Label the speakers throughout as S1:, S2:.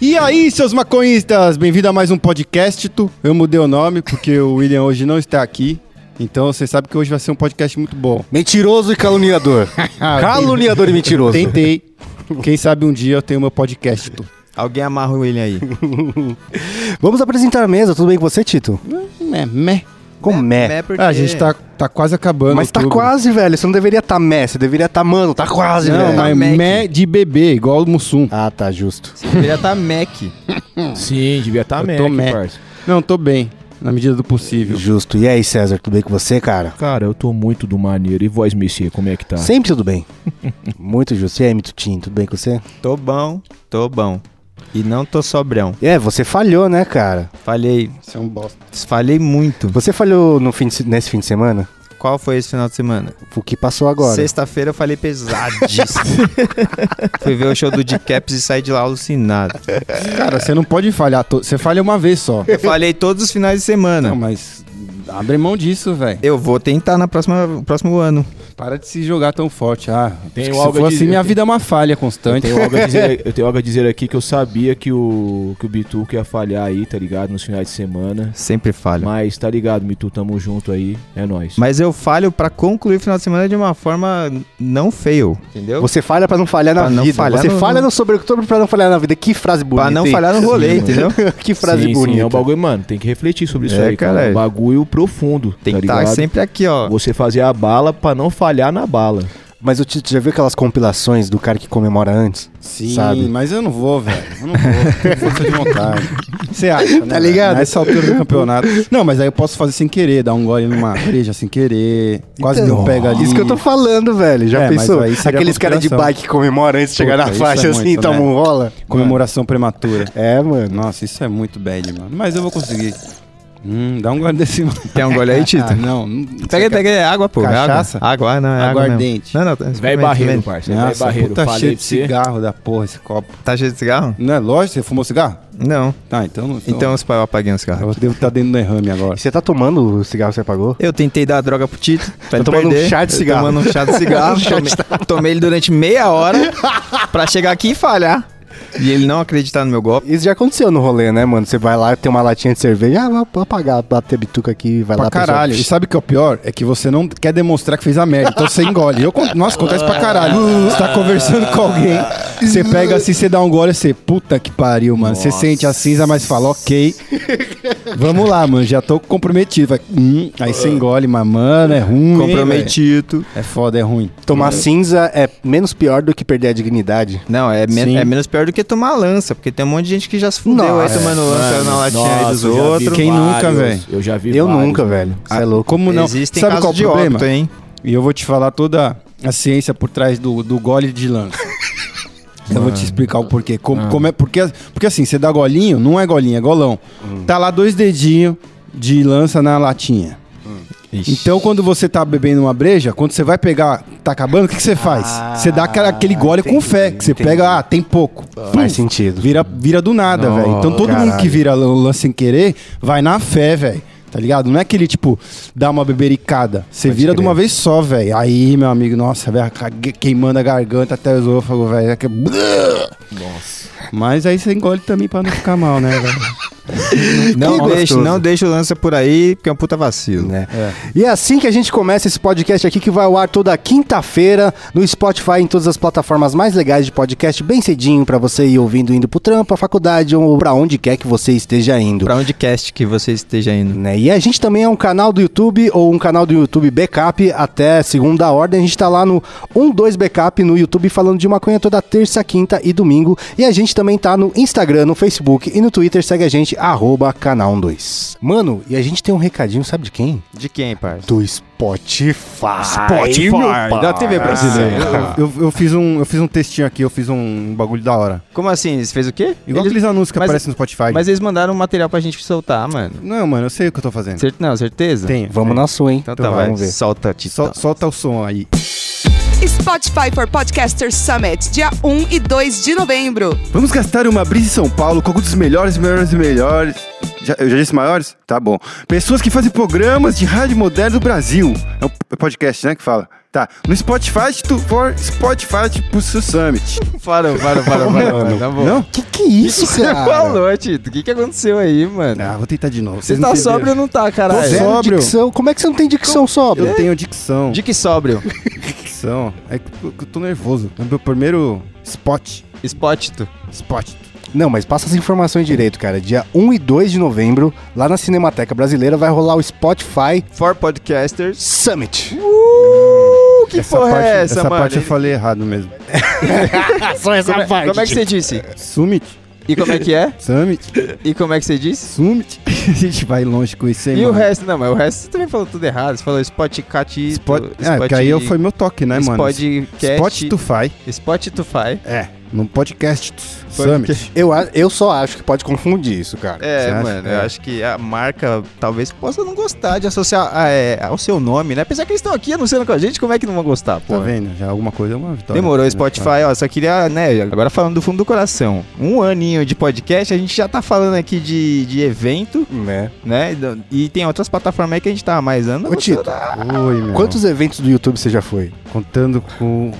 S1: E aí, seus maconhistas, bem-vindo a mais um podcast. Eu mudei o nome porque o William hoje não está aqui. Então você sabe que hoje vai ser um podcast muito bom.
S2: Mentiroso e caluniador. caluniador e mentiroso.
S1: Ah, Tentei. Quem sabe um dia eu tenho meu podcast.
S3: Alguém amarra o William aí.
S2: Vamos apresentar a mesa. Tudo bem com você, Tito?
S1: Mé, mé.
S2: Com mé.
S3: É porque...
S1: Ah, a gente tá, tá quase acabando.
S2: Mas
S1: o
S2: tá
S1: clube.
S2: quase, velho. Você não deveria tá mé. Você deveria tá mano. Tá quase,
S1: Não,
S2: velho.
S1: mas
S3: Mac.
S1: mé de bebê, igual o Mussum.
S2: Ah, tá justo.
S3: Deveria tá Mac.
S4: Sim, devia estar tá Mac,
S1: Eu tô Mac.
S4: parça.
S1: Não, tô bem, na medida do possível.
S2: Justo. E aí, César, tudo bem com você, cara?
S4: Cara, eu tô muito do maneiro. E voz Messier, como é que tá?
S2: Sempre tudo bem. Muito justo. E aí, Mitutinho, tudo bem com você?
S3: Tô bom, tô bom. E não tô sobrão.
S2: É, você falhou, né, cara?
S3: Falhei,
S1: Isso é um bosta.
S3: falhei muito.
S2: Você falhou no fim de se- nesse fim de semana?
S3: Qual foi esse final de semana?
S2: O que passou agora?
S3: Sexta-feira eu falei pesadíssimo. Fui ver o show do Decaps e saí de lá alucinado.
S1: Cara, você não pode falhar. to- Você falha uma vez só.
S3: Eu falei todos os finais de semana.
S1: Não, mas abre mão disso, velho.
S3: Eu vou tentar na próxima, no próximo ano. um
S1: Para de se jogar tão forte. Ah,
S4: Tenho
S1: se
S4: algo a
S1: for assim,
S4: dizer.
S1: minha vida é uma falha
S4: Eu
S1: constante.
S4: tenho, algo a dizer, eu tenho algo a dizer aqui que eu sabia que o, que o Bituca ia falhar aí, tá ligado? Nos finais de semana.
S3: Sempre falho.
S4: Mas tá ligado, Mitu, tamo junto aí. É nóis.
S3: Mas eu falho pra concluir o final de semana de uma forma não fail, entendeu?
S2: Você falha pra não falhar É na
S3: Pra não
S2: vida.
S3: falhar
S2: você
S3: no-
S2: falha no sobretudo pra não falhar na vida. Que frase bonita.
S3: pra não
S2: hein?
S3: falhar no rolê, entendeu?
S2: que frase
S4: sim,
S2: bonita.
S4: Sim, é um bagulho, mano. Tem que refletir sobre isso
S3: É,
S4: aí, cara.
S3: cara.
S4: É um bagulho profundo,
S3: Tem
S4: tá
S3: que estar
S4: ligado?
S3: é sempre aqui, ó.
S4: Você fazer a bala pra não falhar na bala.
S2: Mas o Tito já viu aquelas compilações do cara que comemora antes?
S1: Sim,
S2: Sabe?
S1: mas eu não vou, velho. Eu não vou. Tenho força de vontade. Você acha, né,
S2: Tá ligado?
S1: velho? Nessa altura do campeonato. Não, mas aí eu posso fazer sem querer, dar um gole numa breja sem querer. Quase
S2: Então,
S1: deu pega ali.
S2: Isso que eu tô falando, velho. Já
S1: É, mas
S2: pensou?
S1: aí seria
S2: Aqueles caras de
S1: conspiração.
S2: bike que comemoram antes de chegar
S1: Puta,
S2: na
S1: isso
S2: faixa
S1: é
S2: assim,
S1: muito,
S2: tomam
S1: né?
S2: um rola?
S1: Comemoração prematura.
S2: É, mano.
S1: Nossa, isso é muito bad, mano. Mas eu vou conseguir. Hum, dá um gole desse mano.
S3: Tem um gole aí, Tito?
S1: Ah, não. não
S3: Pega, pega, é água, pô. é
S1: Cachaça?
S3: Água, água não, é água mesmo.
S1: Aguardente.
S3: Não, não, tá-
S4: Véi
S3: experimenta,
S4: barreiro,
S3: experimenta.
S4: parça. Véi
S1: Nossa,
S4: barreiro.
S1: puta
S4: Falei
S1: cheio de
S4: pra você.
S1: cigarro da porra esse copo.
S3: Tá cheio de cigarro?
S1: Não é lógico? Você fumou cigarro?
S3: Não.
S1: Tá, então... não-
S3: Então eu eu apaguei um cigarro.
S1: Eu devo estar dentro do errame agora.
S2: Você tá tomando o cigarro que você apagou?
S3: Eu tentei dar a droga pro Tito. Pra ele
S2: tomando um
S3: perder.
S2: chá de
S3: Eu
S2: cigarro.
S3: Tomando um chá de cigarro. tomei, tomei ele durante meia hora pra chegar aqui e falhar. E ele não acreditar no meu golpe.
S2: Isso já aconteceu no rolê, né, mano? Você vai lá, tem uma latinha de cerveja, ah, vou apagar, bater bituca aqui, vai lá.
S1: Pra
S2: a pessoa-
S1: caralho. E sabe o que é o pior? É que você não quer demonstrar que fez a merda. Então você engole. Eu, con- nossa, acontece pra caralho. Você tá conversando com alguém, você pega assim, você dá um gole e você, puta que pariu, mano. Você sente a cinza, mas fala, ok. Vamos lá, mano. Já tô comprometido. Vai, hum, aí você engole, mas, mano, é ruim. hein,
S3: Comprometido.
S1: velho? É foda, é ruim.
S2: Tomar cinza é menos pior do que perder a dignidade.
S3: Não, é, men-
S1: Sim.
S3: é menos pior do que tomar lança, porque tem um monte de gente que já se fundeu aí
S2: Nossa,
S3: tomando lança na latinha aí dos
S4: eu já vi
S3: outros.
S1: Quem nunca,
S4: vários.
S1: véi?
S4: Eu já vi
S2: Eu
S4: vários,
S2: nunca,
S4: mano.
S2: velho. Você é louco.
S1: Como não?
S3: Existem
S1: sabe
S3: casos
S1: qual é o
S3: de
S1: problema?
S3: óbito, hein?
S1: E eu vou te falar toda a ciência por trás do, do gole de lança. Eu vou te explicar o porquê. Como,
S4: Ah.
S1: como é, porque, porque assim, você dá golinho, não é golinho, é golão.
S4: Hum.
S1: Tá lá dois dedinhos de lança na latinha.
S4: Hum.
S1: Então, quando você tá bebendo uma breja, quando você vai pegar, tá acabando, o que, que você faz? você dá
S4: Ah,
S1: aquela- aquele gole com fé, que você pega, ah, tem pouco.
S2: Faz sentido.
S1: Vira, vira do nada, velho. Então todo mundo que
S2: caralho.
S1: vira o lance sem querer vai na fé, velho. Tá ligado? Não é aquele tipo, dá uma bebericada. Você vira de uma vez só, velho. Aí, meu amigo, nossa, velho, cague- queimando a garganta até o esôfago, velho. É que- Mas aí você engole também pra não ficar mal, né, velho?
S3: Não
S2: Que
S3: deixe,
S2: gostoso.
S3: não deixe o lança por aí, porque é um puta vacilo.
S2: né? E é assim que a gente começa esse podcast aqui que vai ao ar toda quinta-feira no Spotify, em todas as plataformas mais legais de podcast, bem cedinho pra você ir ouvindo indo pro trampo, a faculdade ou pra onde quer que você esteja indo.
S3: Pra onde cast que você esteja indo.
S2: né? E a gente também é um canal do YouTube ou um canal do YouTube Backup até segunda ordem. A gente tá lá no 12 Backup no YouTube falando de maconha toda terça, quinta e domingo. E a gente também tá no Instagram, no Facebook e no Twitter. Segue a gente, arroba canal 2. Mano, e a gente tem um recadinho, sabe de quem?
S3: De quem, parça?
S2: do Spotify. Ah,
S1: Spotify,
S2: da TV
S1: Eu, eu- eu fiz um, eu fiz um textinho aqui, eu fiz um bagulho da hora.
S3: Como assim? Você fez o quê?
S1: Igual
S3: Eles-
S1: aqueles anúncios que
S3: mas-
S1: aparecem no Spotify.
S3: Mas eles mandaram um material pra gente soltar, mano.
S1: Não, mano, eu sei o que eu tô fazendo.
S3: Cer- Não, certeza?
S1: Tem.
S2: Vamos na sua, hein?
S3: Então tá, vai.
S2: vamos ver.
S3: Solta, Tito.
S1: Sol- solta o som aí.
S5: Spotify for Podcasters Summit, dia 1 e 2 de novembro.
S1: Vamos gastar uma brisa em São Paulo com alguns dos melhores, melhores e melhores. Já- eu já disse maiores? Tá bom. Pessoas que fazem programas de rádio moderna do Brasil. É o p- podcast, né, que fala. Tá. No Spotify, tu for Spotify pro seu Summit.
S3: Para, para, para, para, para. Tá bom.
S1: Não?
S2: Que que é isso,
S3: Você
S2: cara?
S3: falou, Tito. O que, que aconteceu aí, mano?
S1: Ah, vou tentar de novo.
S3: Você
S1: Vocês
S3: tá
S1: não entenderam.
S3: sóbrio ou não tá, caralho? Então,
S1: Tô só-
S2: Zero
S1: Sóbrio.
S2: dicção. Como é que você não tem dicção sóbria?
S1: Eu tenho dicção.
S3: De que sóbrio?
S1: Dicção. É que eu eu tô nervoso. É meu primeiro spot.
S3: Spot, tu.
S1: Spot.
S2: Não, mas passa as informações direito, cara. Dia 1 e 2 de novembro, lá na Cinemateca Brasileira, vai rolar o Spotify
S3: For podcasters.
S2: Summit.
S3: Uh, que porra
S1: parte,
S3: é essa, mano?
S1: parte eu falei errado mesmo.
S2: Só essa
S3: Como é- Como é que você disse?
S1: Summit.
S3: E como é que é?
S1: Summit.
S3: E como é que você disse?
S1: Summit. A gente vai longe com isso aí,
S3: E o
S1: mano.
S3: resto, não, mas o resto você também falou tudo errado. Você falou Spotcat.
S1: Spot... É, porque aí eu foi meu toque, né, mano?
S3: Podcast.
S1: Spot tu faz.
S3: Spot to Fai.
S1: É, num podcast do Summit.
S2: Eu, a- eu só acho que pode confundir isso, cara.
S1: Você
S3: É,
S1: acha?
S3: mano,
S1: É.
S3: eu acho que a marca talvez possa não gostar de associar ah, é, ao seu nome, né? Apesar que eles estão aqui anunciando com a gente, como é que não vão gostar, pô?
S1: Tá vendo? Já alguma coisa é uma vitória.
S3: Demorou, Spotify, ó, só queria, né, agora falando do fundo do coração, um aninho de podcast, a gente já tá falando aqui de, de evento,
S2: Né?
S3: né, e tem outras plataformas aí que a gente tá mais andando.
S2: Ô,
S3: tá-
S2: Tito,
S1: Oi, meu.
S2: quantos eventos do YouTube você já foi?
S1: Contando com...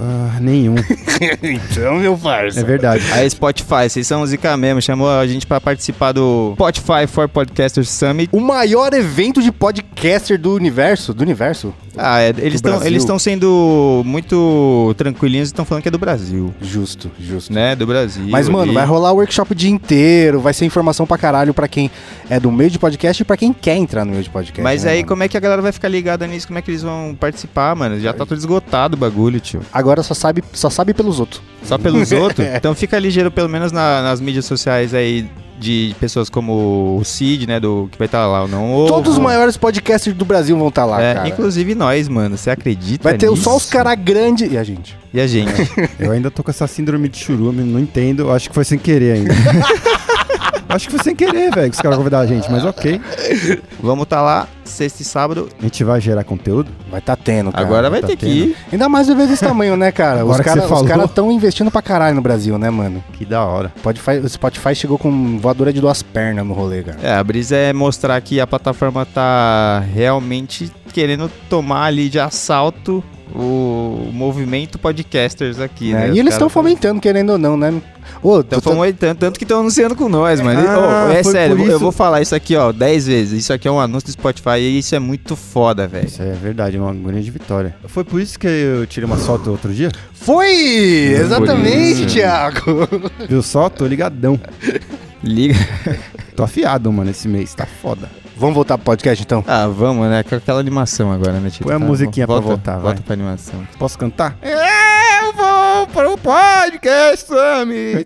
S1: ah, nenhum.
S2: então, meu parça.
S1: É verdade.
S3: Aí, Spotify, vocês são zica mesmo, chamou a gente pra participar do Spotify for Podcasters Summit.
S2: O maior evento de podcaster do universo? Do universo?
S3: Ah, é, eles
S2: Do
S3: estão
S2: Brasil.
S3: eles estão sendo muito tranquilinhos e estão falando que é do Brasil,
S2: Justo, justo.
S3: né, do Brasil.
S2: Mas, mano,
S3: e-
S2: vai rolar o workshop o dia inteiro, vai ser informação pra caralho pra quem é do meio de podcast e pra quem quer entrar no meio de podcast.
S3: Mas
S2: né,
S3: aí,
S2: mano?
S3: como é que a galera vai ficar ligada nisso? Como é que eles vão participar, mano? Já tá tudo esgotado o bagulho, tio.
S2: Agora só sabe, só sabe pelos outros. É.
S3: Só pelos outros? Então fica ligeiro, pelo menos na- nas mídias sociais aí, de pessoas como o Cid, né? Do que vai estar lá ou não. ou-
S2: Todos os maiores podcasters do Brasil vão estar lá,
S3: É,
S2: cara.
S3: inclusive nós, mano. Você acredita?
S2: Vai ter
S3: nisso?
S2: só os cara grande e a gente.
S3: E a gente.
S1: É, Eu ainda tô com essa síndrome de churume, não entendo. Acho que foi sem querer ainda. Acho que foi sem querer, velho, que os caras convidaram a gente. Mas ok.
S3: Vamos tá lá, sexta e sábado.
S1: A gente vai gerar conteúdo.
S2: Vai tá tendo, cara.
S3: Agora vai
S1: tá
S3: ter que
S1: tendo.
S3: ir.
S2: Ainda mais um evento desse tamanho, né, cara? Os
S1: Agora que
S2: caras
S1: você falou.
S2: cara estão investindo pra caralho no Brasil, né, mano?
S1: Que da hora.
S2: Spotify, o Spotify chegou com voadora de duas pernas no rolê, cara.
S3: É, a brisa é mostrar que a plataforma tá realmente querendo tomar ali de assalto o movimento podcasters aqui,
S2: né?
S3: né?
S2: E eles estão fomentando, querendo ou não, né? Ô, tu
S3: Então
S2: tá-
S3: fomos tanto, tanto que estão anunciando com nós, mano.
S1: Ah,
S3: Ô, é
S1: foi
S3: sério,
S1: por
S3: eu
S1: isso.
S3: vou falar isso aqui, ó, 10 vezes. Isso aqui é um anúncio do Spotify e isso é muito foda, velho.
S1: Isso é verdade, é uma grande vitória. Foi por isso que eu tirei uma solta outro dia? Hum,
S2: Foi! Exatamente, Thiago!
S1: Viu só? Tô ligadão.
S3: Liga.
S1: Tô afiado, mano, esse mês. Tá foda.
S2: Vamos voltar pro podcast, então?
S3: Ah, vamos, né? Com aquela animação agora, né, Tito?
S1: Põe a
S3: Tá,
S1: musiquinha pra
S3: volta,
S1: voltar, vai.
S3: Volta pra animação.
S1: Posso cantar? Eu vou para o podcast, Sammy!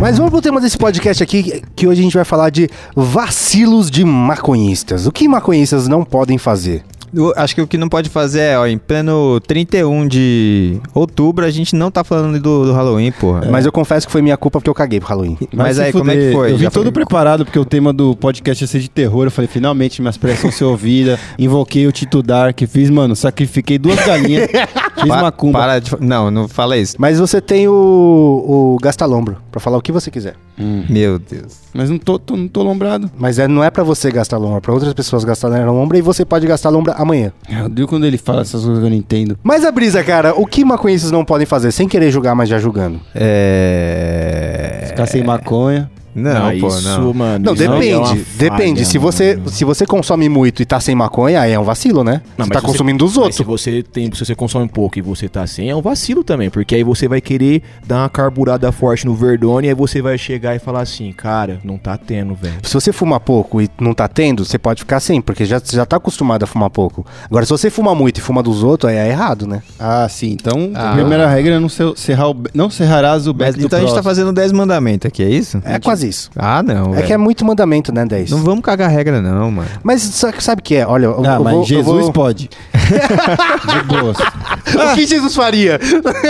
S2: Mas vamos pro tema desse podcast aqui, que hoje a gente vai falar de vacilos de maconhistas. O que maconhistas não podem fazer?
S3: Eu acho que o que não pode fazer é, ó, em pleno 31 de outubro, a gente não tá falando do, do Halloween,
S1: É.
S3: porra.
S2: Mas eu confesso que foi minha culpa porque eu caguei pro Halloween.
S3: É. Mas aí, como é que foi?
S1: Eu vim
S3: Já foi-
S1: todo preparado, porque o tema do podcast ia ser de terror. Eu falei, finalmente minhas preces vão ser ouvidas. Invoquei o Tito Dark, fiz, mano, sacrifiquei duas galinhas, fiz
S3: Pa-
S1: macumba.
S3: Para de. fa- Não, não fala isso.
S2: Mas você tem o, o gastalombro pra falar o que você quiser.
S1: Hum.
S3: Meu Deus.
S1: Mas não tô, tô- não tô lombrado.
S2: Mas é, não é pra você gastar lombra, é pra outras pessoas gastarem lombra e você pode gastar lombra amanhã.
S1: Eu digo quando ele fala essas coisas que eu não entendo.
S2: Mas a brisa, cara, o que maconhistas não podem fazer? Sem querer julgar, mas já julgando.
S3: É.
S1: Ficar sem maconha.
S3: Não, pô,
S4: isso,
S3: não.
S4: mano.
S2: Não,
S4: isso aí é
S2: depende.
S4: uma
S2: depende.
S4: falha,
S2: se, você,
S4: mano.
S2: se você consome muito e tá sem maconha, aí é um vacilo, né?
S4: Não, mas
S2: você tá
S4: se
S2: consumindo
S4: mas
S2: dos outros.
S4: Se você, tem, se você consome pouco e você tá sem, é um vacilo também. Porque aí você vai querer dar uma carburada forte no Verdone e aí você vai chegar e falar assim, cara, não tá tendo, velho.
S2: Se você fuma pouco e não tá tendo, você pode ficar sem, porque já, você já tá acostumado a fumar pouco. Agora, se você fuma muito e fuma dos outros, aí é errado, né?
S1: Ah, sim. Então, a primeira regra é não, ser, serrar o, be- não serrarás o
S3: Mas
S1: beco do
S3: então a gente tá
S1: próximo.
S3: fazendo 10 mandamentos aqui, é isso?
S2: É quase isso.
S3: Ah, não.
S2: É que é muito mandamento, né, 10?
S3: Não vamos cagar regra, não, mano.
S2: Mas só que sabe o que é? Olha, eu,
S1: Ah,
S2: eu
S1: mas
S2: vou, eu
S1: Jesus
S2: vou-
S1: pode. De boas.
S2: O que Jesus faria?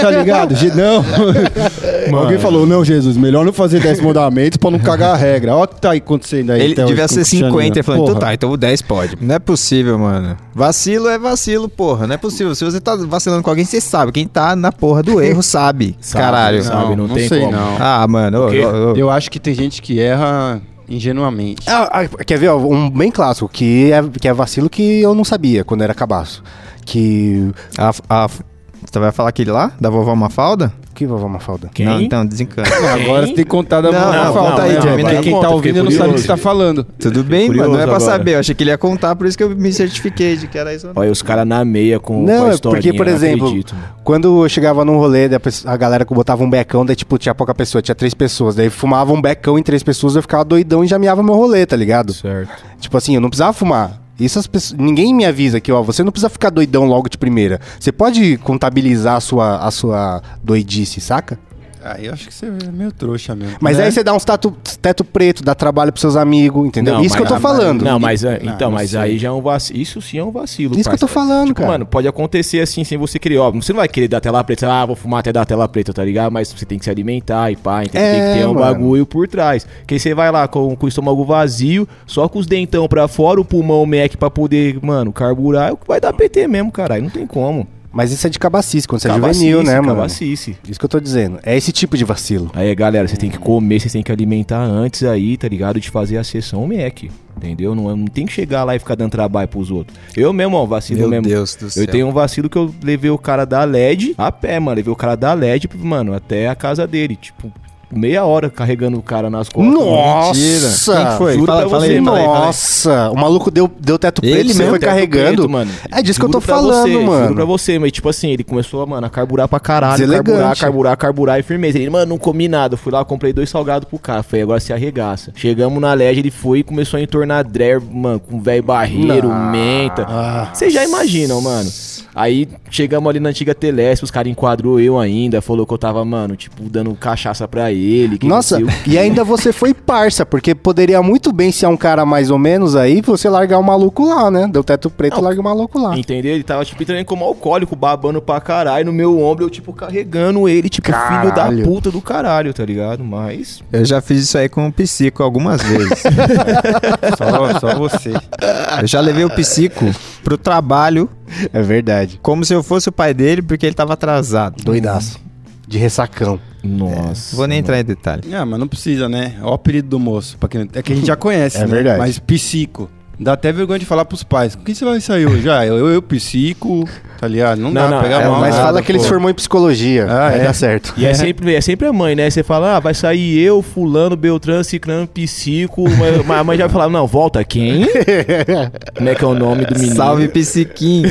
S1: Tá ligado? Je- Não. Alguém falou, não, Jesus, melhor não fazer 10 mandamentos pra não cagar a regra. Ó o que tá aí acontecendo aí.
S3: Ele
S1: até hoje
S3: devia
S1: com
S3: ser
S1: o cristianismo.
S3: 50. Ele falou, então
S1: tipo, Porra.
S3: tá, então o 10 pode. Não é possível, mano. Vacilo é vacilo, porra. Não é possível. Se você tá vacilando com alguém, você sabe. Quem tá na porra do erro sabe.
S4: Sabe,
S3: Caralho.
S4: sabe? Não,
S1: Não, não
S4: tem
S1: sei,
S4: como.
S1: não.
S3: Ah, mano. ô,
S4: quê?
S3: ô, ô.
S1: Eu acho que tem gente que erra ingenuamente.
S2: Ah, ah, quer ver, ó, um bem clássico, que é, que é vacilo que eu não sabia quando era cabaço. Que.
S3: A- a- Você vai falar aquele lá? Da vovó Mafalda?
S2: Que vovó Mafalda?
S4: Quem?
S3: Não, então, desencana.
S1: Agora você tem que contar da
S3: Não,
S1: mão
S3: não,
S1: falta
S3: não,
S1: aí,
S3: não,
S1: Jimmy.
S3: agora
S1: Porque quem
S4: conta,
S1: tá ouvindo
S4: fiquei
S1: não sabe o que
S4: curioso.
S1: você tá falando.
S3: Tudo bem,
S4: Curioso
S3: mano. Não é pra
S4: agora.
S3: saber. Eu achei que ele ia contar, por isso que eu me certifiquei de que era isso.
S4: Olha, os caras na meia com, com
S2: Não,
S4: a
S2: é porque,
S4: historinha,
S2: por
S4: não
S2: exemplo,
S4: acredito, mano.
S2: quando eu chegava num rolê, daí a pessoa- a galera que botava um becão, daí, tipo, tinha pouca pessoa, tinha três pessoas. Daí fumava um becão em três pessoas, eu ficava doidão e já meava meu rolê, tá ligado?
S4: Certo.
S2: Tipo assim, eu não precisava fumar. Isso as pessoas, ninguém me avisa que, ó, você não precisa ficar doidão logo de primeira. Você pode contabilizar a sua, a sua doidice, saca?
S1: Aí eu acho que você é meio trouxa mesmo.
S2: Mas
S1: né?
S2: aí você dá uns teto, teto preto, dá trabalho pros seus amigos, entendeu?
S4: Não,
S2: Isso que eu
S4: mas-
S2: tô falando.
S4: Não, mas é,
S1: Não,
S4: então,
S1: não
S4: mas
S1: sei.
S4: aí já é um vacilo. Isso sim é um vacilo.
S2: Isso que eu tô
S4: parça.
S2: falando,
S4: Tipo,
S2: cara.
S4: Mano, pode acontecer assim sem você querer. Óbvio, você não vai querer dar tela preta, sei lá, ah, vou fumar até dar tela preta, tá ligado? Mas você tem que se alimentar e pá, entendeu? tem
S2: É,
S4: que ter um
S2: mano.
S4: bagulho por trás. Porque aí você vai lá com, com o estômago vazio, só com os dentão pra fora, o pulmão mec pra poder, mano, carburar, é o que vai dar PT mesmo, caralho. Não tem como.
S2: Mas isso é de cabacice, quando você
S4: Cabacice,
S2: é juvenil, né, mano?
S4: Cabacice.
S2: Isso que eu tô dizendo. É esse tipo de vacilo. É.
S4: Aí, galera, você tem que comer, você tem que alimentar antes aí, tá ligado? De fazer a sessão MEC, entendeu? Não, não tem que chegar lá e ficar dando trabalho pros outros. Eu mesmo, ó, vacilo
S3: Meu
S4: mesmo.
S3: Deus do
S4: Eu
S3: céu.
S4: tenho um vacilo que eu levei o cara da LED a pé, mano. Levei o cara da LED, mano, até a casa dele. Tipo, meia hora carregando o cara nas costas. mano.
S3: Mentira. Quem foi?
S4: Juro
S3: Fala-
S4: pra
S3: fala
S4: você,
S3: aí, fala aí, fala aí.
S2: Nossa, o maluco deu, deu teto preto,
S3: Ele
S2: você
S3: mesmo
S2: foi
S4: Teto
S2: tá carregando.
S4: preto, mano.
S2: É disso que eu
S4: Juro
S2: tô
S4: pra
S2: falando,
S4: você, Juro pra
S2: mano.
S4: você, mas tipo assim, ele começou, mano, a carburar pra caralho.
S2: Deselegante.
S4: Carburar, carburar, carburar e firmeza. Ele, mano, não comi nada. Eu fui lá, comprei dois salgados pro cara. Falei, agora se arregaça. Chegamos na LED, ele foi e começou a entornar Dre, mano, com velho barreiro, menta. Vocês já imaginam, mano. Aí chegamos ali na antiga Telesp, os caras enquadrou eu ainda, falou que eu tava, mano, tipo, dando cachaça pra ele. que não
S2: Nossa,
S4: sei o
S2: e ainda você foi parça, porque poderia muito bem ser um cara mais ou menos aí, você largar o maluco lá, né? Deu teto preto, larga o maluco lá.
S4: Entendeu? Ele tava, tipo, entrando como alcoólico, babando pra caralho no meu ombro, eu, tipo, carregando ele, tipo,
S2: Caralho.
S4: filho da puta do caralho, tá ligado? Mas.
S3: Eu já fiz isso aí com o psico algumas vezes.
S1: Só, só você.
S3: eu já levei o psico pro trabalho
S2: É verdade.
S3: como se eu fosse o pai dele, porque ele tava atrasado.
S2: Doidaço. De ressacão.
S4: Nossa.
S3: Vou nem entrar em detalhe.
S1: Ah, mas não precisa, né? Ó o apelido do moço. Pra quem... É que a gente já conhece,
S2: É
S1: né?
S2: verdade.
S1: Mas psico. Dá até vergonha de falar pros pais. O que você vai sair hoje? Ah, eu, eu, eu psico, tá ligado? Não,
S4: Não,
S1: dá,
S4: não,
S1: pegar
S4: é,
S1: mal.
S2: Mas
S1: nada,
S2: fala que ele se
S1: pô.
S2: formou em psicologia.
S1: Ah,
S2: aí
S1: é?
S2: dá certo.
S4: E é sempre, é sempre a mãe, né? Você fala, ah, vai sair eu, fulano, Beltrano, Cicrano, Psico. Mas- Mas a mãe já vai falar, não, volta quem? Como é que é o nome do menino?
S3: Salve, psiquinho.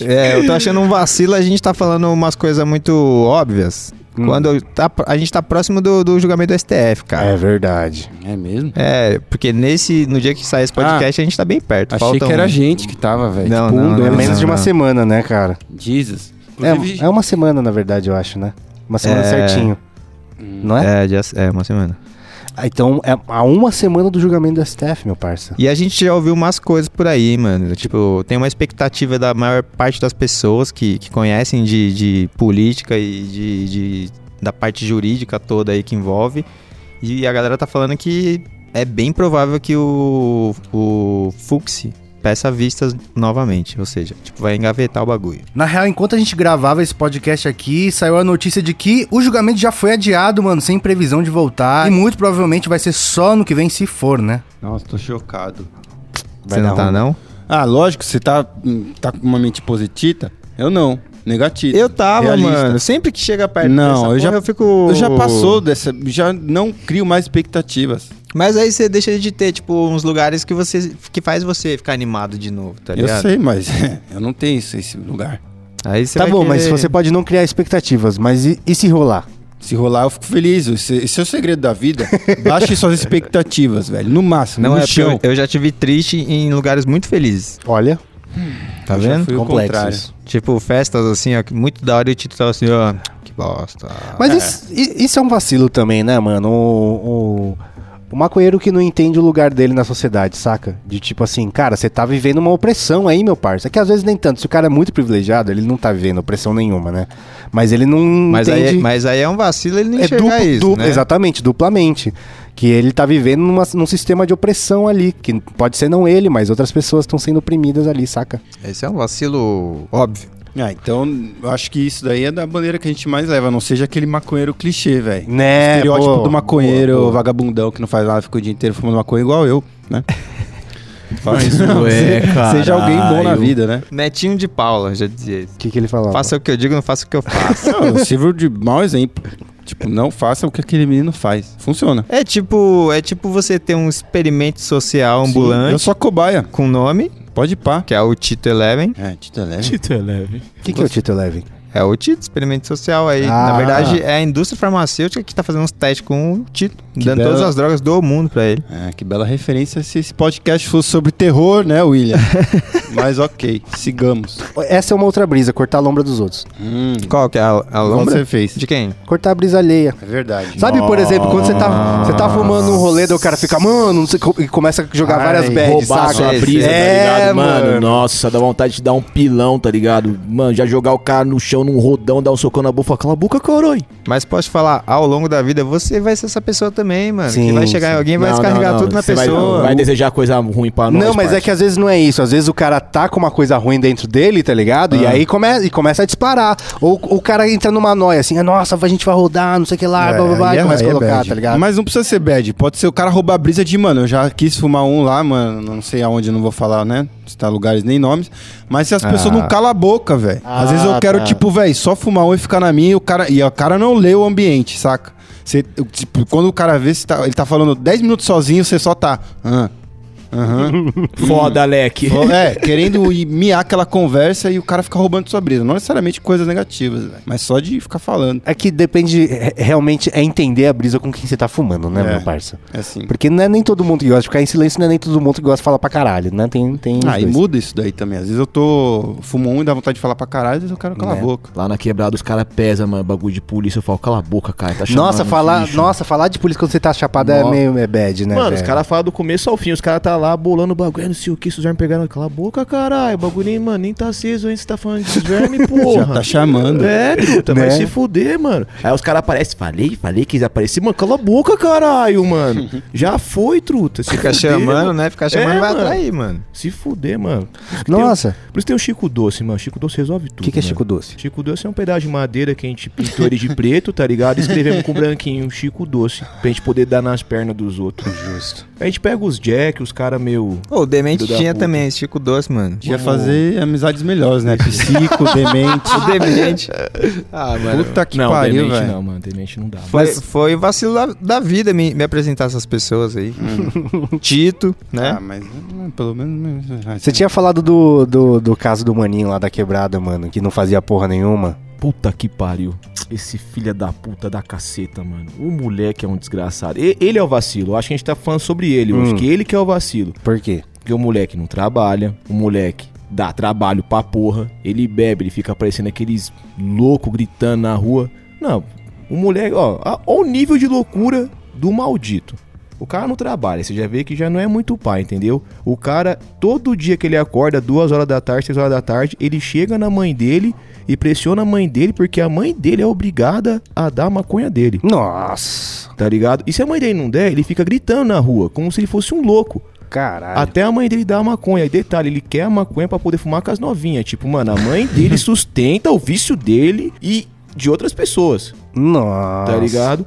S3: é, eu tô achando um vacilo, a gente tá falando umas coisas muito óbvias.
S2: Hum.
S3: Quando eu- tá- a gente tá próximo do, do julgamento do STF, cara.
S2: É verdade.
S1: É mesmo?
S3: É, porque nesse, no dia que sair esse podcast, a gente tá bem perto.
S1: Ah. Achei
S3: Faltam-
S1: que era a gente que tava, velho.
S3: Não,
S1: Tipo, um,
S3: não,
S2: É
S1: dois,
S3: não,
S2: menos
S1: né?
S2: de uma
S3: não.
S2: semana, né, cara?
S1: Jesus. Inclusive,
S2: É, é uma semana, na verdade, eu acho, né? Uma semana
S3: É.
S2: certinho. Não é?
S3: É, dia- é, uma semana.
S2: Ah, Então, é a uma semana do julgamento do STF, meu parça.
S3: E a gente já ouviu umas coisas por aí, mano. Tipo, tem uma expectativa da maior parte das pessoas que, que conhecem de, de política e de, de- da parte jurídica toda aí que envolve. E a galera tá falando que é bem provável que o, o Fux peça vistas novamente. Ou seja, tipo, vai engavetar o bagulho.
S6: Na real, enquanto a gente gravava esse podcast aqui, saiu a notícia de que o julgamento já foi adiado, mano, sem previsão de voltar. E muito provavelmente vai ser só no que vem, se for, né?
S1: Nossa, tô chocado.
S2: Vai
S3: Você não
S2: dar
S3: tá,
S2: ruim.
S3: não?
S1: Ah, lógico, você tá, hum, tá com uma mente positiva? Eu não. Negativa.
S3: Eu tava,
S1: Realista.
S3: mano. Sempre que chega perto
S1: Não,
S3: dessa
S1: eu já-
S3: porra, eu fico...
S1: Eu já passou dessa. Já não crio mais expectativas.
S3: Mas aí você deixa de ter, tipo, uns lugares que você que faz você ficar animado de novo, tá
S1: eu
S3: ligado?
S1: sei, mas eu não tenho isso, esse lugar.
S3: Aí você
S2: Tá
S3: vai
S2: bom, mas
S3: querer-
S2: você pode não criar expectativas, mas e, e se rolar?
S1: Se rolar, eu fico feliz. Esse, esse é o segredo da vida. Baixe suas expectativas, velho. No máximo,
S3: Não
S1: no
S3: é porque
S1: chão.
S3: eu, eu já tive triste em lugares muito felizes,
S2: Olha,
S3: tá
S1: Eu já
S3: vendo?
S1: fui o
S2: Complexos.
S1: contrário.
S3: Tipo, festas assim, ó, que muito da hora e o Tito tava assim, ó, que bosta.
S2: é mas isso, i- isso é um vacilo também, né, mano? O, o, O maconheiro que não entende o lugar dele na sociedade, saca? De tipo assim, cara, você tá vivendo uma opressão aí, meu parça. É que às vezes nem tanto. Se o cara é muito privilegiado, ele não tá vivendo opressão nenhuma, né? Mas ele não
S3: Mas
S2: entende...
S3: aí, mas aí é um vacilo ele não
S2: É
S3: enxergar
S2: duplo,
S3: isso,
S2: duplo-
S3: né?
S2: Exatamente, duplamente. Que ele tá vivendo numa- num sistema de opressão ali, que pode ser não ele, mas outras pessoas estão sendo oprimidas ali, saca?
S3: Esse é um vacilo óbvio.
S1: Ah, então eu acho que isso daí é da bandeira que a gente mais leva, não seja aquele maconheiro clichê, velho.
S2: Né,
S1: Estereótipo
S2: boa,
S1: do maconheiro
S2: boa, boa.
S1: vagabundão que não faz nada, fica o dia inteiro fumando maconha igual eu, né? Fala isso,
S4: Isso é,
S1: Seja alguém bom na
S4: caralho.
S1: vida, né?
S3: Netinho de Paula, já dizia isso.
S2: O que, que ele falava?
S3: Faça o que eu digo, não faça o que eu faço.
S1: Não, eu sirvo de mau exemplo. Tipo, não faça o que aquele menino faz. Funciona.
S3: é tipo, é tipo você ter um experimento social ambulante
S1: Eu sou a cobaia.
S3: com nome,
S1: Pode pá.
S3: que é o Tito Eleven.
S1: É, Tito é leve.
S4: Tito é leve.
S2: O que, que é o Tito Levin?
S3: É o Tito, experimento social aí.
S2: Ah.
S3: Na verdade, é a indústria farmacêutica que tá fazendo uns testes com o Tito, dando
S1: bela-
S3: todas as drogas do mundo pra ele.
S1: É, que bela referência se esse podcast fosse sobre terror, né, William? Mas ok, sigamos.
S2: Essa é uma outra brisa, cortar a lombra dos outros.
S1: Hum,
S3: Qual que é a, a
S1: como
S3: lombra?
S1: você fez?
S3: De quem?
S2: Cortar a brisa alheia.
S1: É verdade.
S2: Sabe, por exemplo, quando você tá, você tá fumando um rolê, daí o cara fica, mano, não sei, co- e começa a jogar
S1: Ai,
S2: Tá várias bads,
S4: Roubar
S2: saca?
S4: sua
S3: Sei,
S4: brisa,
S2: é,
S4: tá ligado? Mano,
S2: mano.
S4: nossa, dá vontade de dar um pilão, tá ligado? Mano, já jogar o cara no chão, num rodão, dar um socão na boca, falar, cala a boca, caralho.
S3: Mas posso te falar, ao longo da vida, você vai ser essa pessoa também, mano.
S2: Sim,
S3: que vai chegar em alguém e vai
S4: Não,
S3: descarregar
S4: não, não,
S3: tudo na
S4: você vai-
S3: pessoa.
S4: Vai, desejar coisa ruim pra nós.
S2: Não, mas é que às vezes não é isso. Às vezes o cara tá com uma coisa ruim dentro dele, tá ligado? E aí come- e começa a disparar. Ou o cara entra numa noia assim, "Ah, nossa, a gente vai rodar, não sei o que
S1: É,
S2: lá, Ah, blá blá blá, e começa a colocar, tá ligado?
S1: Mas não precisa ser bad. Pode ser o cara roubar a brisa de, mano, eu já quis fumar um lá, mano, não sei aonde, não vou falar, né? Citar lugares nem nomes. Mas
S2: Ah.
S1: se as pessoas
S7: Ah.
S1: não calam a boca, velho. Às vezes eu
S2: tá.
S1: quero, tipo, velho, só fumar um e ficar na minha e o cara, e o cara não lê o ambiente, saca? Você, eu, tipo, quando o cara vê, você tá- ele tá falando 10 minutos sozinho, você só tá. "Ah, Aham.
S4: que. Foda, Alec.
S1: Bom, É, querendo ir miar aquela conversa e o cara fica roubando sua brisa. Não necessariamente coisas negativas, velho, mas só de ficar falando.
S2: É que depende, é- realmente, é entender a brisa com quem você tá fumando, né,
S1: É.
S2: meu parça?
S1: É assim.
S2: Porque não é nem todo mundo que gosta de ficar em silêncio, não é nem todo mundo que gosta de falar pra caralho, né? Tem, tem os
S1: Ah, e
S2: dois.
S1: muda isso daí também. Às vezes eu tô. Fumo um e dá vontade de falar pra caralho, às vezes eu quero calar a boca.
S4: Lá na quebrada os caras pesam, mano, bagulho de polícia. Eu falo, cala a boca, cara. Tá chamando
S2: Nossa,
S4: os
S2: falar,
S4: bichos."
S2: nossa, falar de polícia quando você tá chapado é
S4: Nossa.
S2: meio é bad, né?
S4: Mano, os
S2: velho?
S4: caras falam do começo ao fim, os caras tá lá bolando o bagulho, "Ah, não sei o que, esses vermes pegaram. Cala a boca, caralho, o bagulho nem, mano, nem tá aceso ainda, você tá falando de verme, porra.
S1: Já tá chamando.
S4: É, truta,
S2: Né?
S4: vai se fuder, mano. Aí os caras aparecem, falei, falei que eles apareciam. Mano, cala a boca, caralho, mano. Já foi, truta. Se
S3: Ficar
S4: fuder,
S3: chamando,
S4: mano.
S3: né? Ficar chamando
S4: É,
S3: vai
S4: mano.
S3: atrair, mano.
S4: Se fuder, mano. Por isso que tem o-
S2: Nossa,
S4: por isso tem o Chico Doce, mano. Chico Doce resolve tudo.
S2: o que, que é
S4: mano.
S2: Chico Doce?
S4: Chico Doce é um pedaço de madeira que a gente pintou ele de preto, tá ligado? E Escrevemos com branquinho Chico Doce, pra gente poder dar nas pernas dos outros. Justo. A gente pega os Jack, os caras meio.
S3: Ô, o Demente
S4: Filho da
S3: tinha
S4: puta.
S3: também, esse Chico Doce, mano.
S1: Podia fazer amizades melhores, né? Psico, demente.
S3: O Demente. ah, mano.
S1: Puta que
S4: não,
S1: pariu,
S4: demente
S1: velho.
S4: não, mano. Demente não dá.
S3: Foi, foi o vacilo da, da vida me, me apresentar essas pessoas aí.
S1: Hum.
S3: Tito, né?
S1: Ah, mas hum, pelo menos.
S2: Você tinha falado do, do, do caso do maninho lá da quebrada, mano, que não fazia porra nenhuma.
S4: Puta que pariu. Esse filho da puta da caceta, mano. O moleque é um desgraçado. E- ele é o vacilo. Eu acho que a gente tá falando sobre ele. Eu acho que ele que é o vacilo.
S2: Hum. Por quê?
S4: Porque o moleque não trabalha, o moleque dá trabalho pra porra, ele bebe, ele fica parecendo aqueles loucos gritando na rua. Não, o moleque, ó, a- ó o nível de loucura do maldito. O cara não trabalha, você já vê que já não é muito pai, entendeu? O cara, todo dia que ele acorda, duas horas da tarde, três horas da tarde, ele chega na mãe dele e pressiona a mãe dele, porque a mãe dele é obrigada a dar a maconha dele
S2: Nossa,
S4: tá ligado? E se a mãe dele não der, ele fica gritando na rua, como se ele fosse um louco.
S2: caralho.
S4: Até a mãe dele dar a maconha. E detalhe, ele quer a maconha pra poder fumar com as novinhas. Tipo, mano, a mãe dele sustenta o vício dele e de outras pessoas,
S2: Nossa.
S4: tá ligado?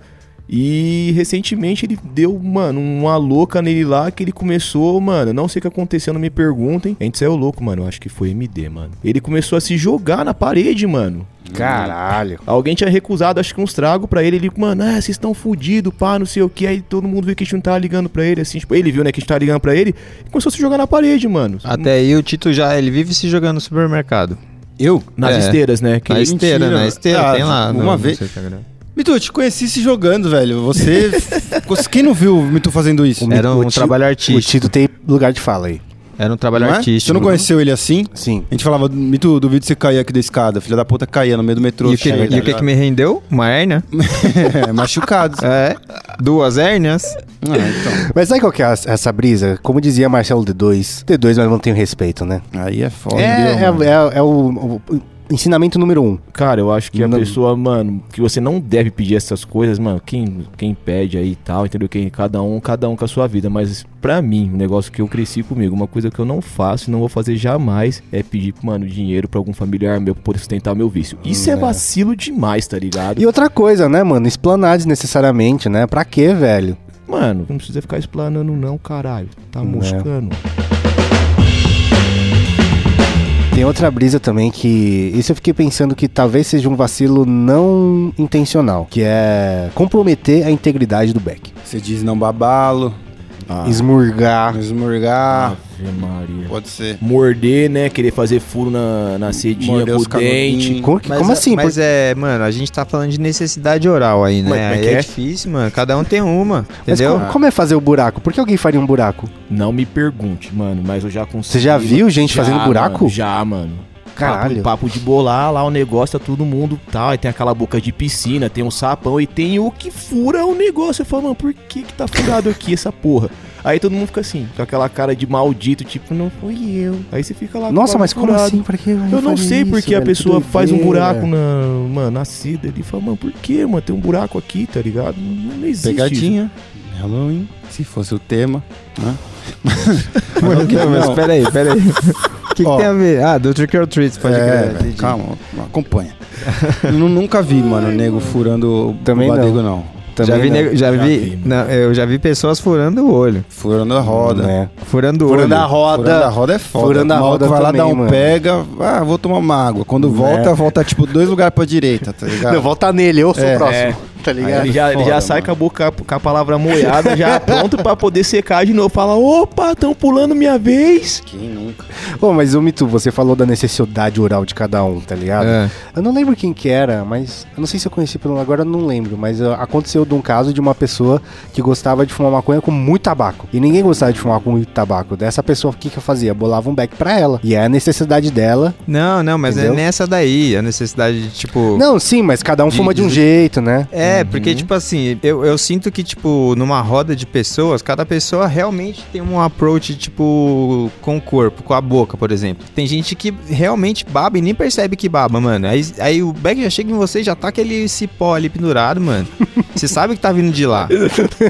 S4: E recentemente ele deu, mano, uma louca nele lá que ele começou, mano, não sei o que aconteceu, não me perguntem. A gente saiu louco, mano, eu acho que foi MD, mano. Ele começou a se jogar na parede, mano.
S2: Caralho.
S4: Alguém tinha recusado, acho que uns tragos pra ele. Ele, mano, ah, vocês estão fudidos, pá, não sei o que. Aí todo mundo viu que a gente não tava ligando pra ele, assim. Tipo, ele viu, né, que a gente tava ligando pra ele. E começou a se jogar na parede, mano.
S3: Até aí o Tito já, ele vive se jogando no supermercado.
S1: Eu?
S4: Nas
S3: É.
S4: esteiras, né? Que
S3: na
S1: Mentira.
S3: esteira, na esteira,
S1: Ah,
S3: tem lá.
S1: uma vez-
S3: Instagram.
S2: É,
S1: Mitu, te conheci se jogando, velho. Você. Quem não viu o Mitu fazendo isso?
S3: Era um
S2: O Ti-
S3: trabalho
S2: O
S3: artístico.
S2: Tito tem lugar de fala aí.
S3: Era um trabalho
S1: Não é?
S3: artístico.
S1: Você não conheceu ele assim?
S2: Sim.
S1: A gente falava mito duvido você cair aqui da escada, filha da puta caía no meio do metrô.
S3: E o que,
S4: né?
S1: É
S3: e o que que me rendeu? Uma hérnia.
S1: é, machucados.
S3: É. Duas hérnias.
S1: Ah, então.
S2: Mas sabe qual que é a- essa brisa? Como dizia Marcelo D2, D2, mas não tem respeito, né?
S1: Aí é foda.
S2: É, é,
S1: mano.
S2: é- é o, o ensinamento número um.
S4: Cara, eu acho que a
S2: Não-
S4: pessoa, mano, que você não deve pedir essas coisas, mano, quem, quem pede aí e tal, entendeu? Quem, cada um, cada um com a sua vida. Mas pra mim, um negócio que eu cresci comigo, uma coisa que eu não faço e não vou fazer jamais é pedir, mano, dinheiro pra algum familiar meu pra poder sustentar meu vício. Isso é, vacilo demais, tá ligado?
S2: E outra coisa, né, mano? Explanar desnecessariamente, né? Pra quê, velho?
S4: Mano, não precisa ficar explanando não, caralho.
S2: É.
S4: Tá moscando.
S2: Tem outra brisa também que. Isso eu fiquei pensando que talvez seja um vacilo não intencional, que é comprometer a integridade do Ah. Beck.
S1: Você diz não babalo,
S2: Esmurgar.
S1: esmurgar.
S4: Ave Maria.
S1: Pode ser.
S4: Morder, né? Querer fazer furo na, na cedinha
S1: Morder
S4: com
S1: os
S4: o dente.
S1: canudinhos.
S2: Como, que-
S3: Mas
S2: como
S3: a-
S2: assim?
S3: Mas é, mano, a gente tá falando de necessidade oral aí, né?
S4: Mas como é
S3: Aí
S4: que
S3: é,
S4: é?
S3: difícil, mano. Cada um tem uma,
S2: Mas
S3: entendeu?
S2: co- como é fazer o buraco? Por que alguém faria um buraco?
S4: Não me pergunte, mano, mas eu já consigo.
S2: Você já viu gente
S4: Já,
S2: fazendo buraco?
S4: mano, já, mano. Papo,
S2: Caralho.
S4: papo de bolar, lá o negócio tá todo mundo tal. Aí tem aquela boca de piscina, tem um sapão e tem o que fura o negócio. Eu falo, mano, por que que tá furado aqui essa porra? Aí todo mundo fica assim, com aquela cara de maldito, tipo, não foi eu. Aí você fica lá. com o
S2: Nossa,
S4: bagulho
S2: mas como
S4: furado.
S2: assim? Pra que
S4: Eu não sei porque a pessoa
S2: é
S4: faz um buraco
S2: no.
S4: na, mano, na cida ali. Fala, mano, por que, mano? Tem um buraco aqui, tá ligado? Não, não existe.
S1: Pegadinha. Halloween. Se fosse o tema. Né?
S3: Mano, não, mas
S1: não.
S3: peraí, peraí. O que, que
S1: Ó.
S3: tem a ver? Ah, do Trick or Treat, pode
S1: É,
S3: crer.
S1: velho,
S3: entendi.
S1: calma, acompanha. Eu nu- nunca vi, mano, o nego furando o-
S2: Também
S1: o
S2: não.
S1: badego, não.
S3: Já vi, nego- já
S4: Já
S3: vi,
S4: vi, mano.
S3: não, eu já vi pessoas furando o olho.
S1: Furando a roda.
S2: Né?
S3: Furando o
S2: Furando
S3: olho.
S2: a
S1: Furando a
S2: roda.
S1: roda é foda.
S2: Furando a
S1: O maluco
S2: roda
S1: vai lá
S2: também,
S1: dar um
S2: mano. Né?
S1: pega, ah, vou tomar uma água. Quando volta, volta tipo dois lugares pra direita, tá ligado?
S2: Não, volta nele, eu sou
S1: É.
S2: o próximo. Tá
S4: Aí
S2: ligado?
S4: ele já, ele já
S1: Foda,
S4: sai
S1: mano.
S4: com a boca com a palavra moiada, já pronto pra poder secar de novo. Fala, opa, Tá tão pulando minha vez.
S1: Quem nunca?
S2: Ô, mas o Mitu, você falou da necessidade oral de cada um, tá ligado?
S3: É.
S2: Eu não lembro quem que era, mas. Eu não sei se eu conheci pelo. Agora eu não lembro, mas ó, aconteceu de um caso de uma pessoa que gostava de fumar maconha com muito tabaco. E ninguém gostava de fumar com muito tabaco. Dessa pessoa, o que, que eu fazia? Bolava um beck pra ela. E é a necessidade dela.
S3: Não, não, mas
S2: Entendeu?
S3: é nessa daí, a necessidade de, tipo...
S2: Não, sim, mas cada um
S3: De-
S2: fuma de um
S3: de-
S2: jeito, né?
S3: É, porque, tipo assim, eu, eu sinto que, tipo, numa roda de pessoas, cada pessoa realmente tem um approach, tipo, com o corpo, com a boca, por exemplo. Tem gente que realmente baba e nem percebe que baba, mano. Aí, aí o Beck já chega em você e já tá aquele cipó ali pendurado, mano. Você sabe que tá vindo de lá.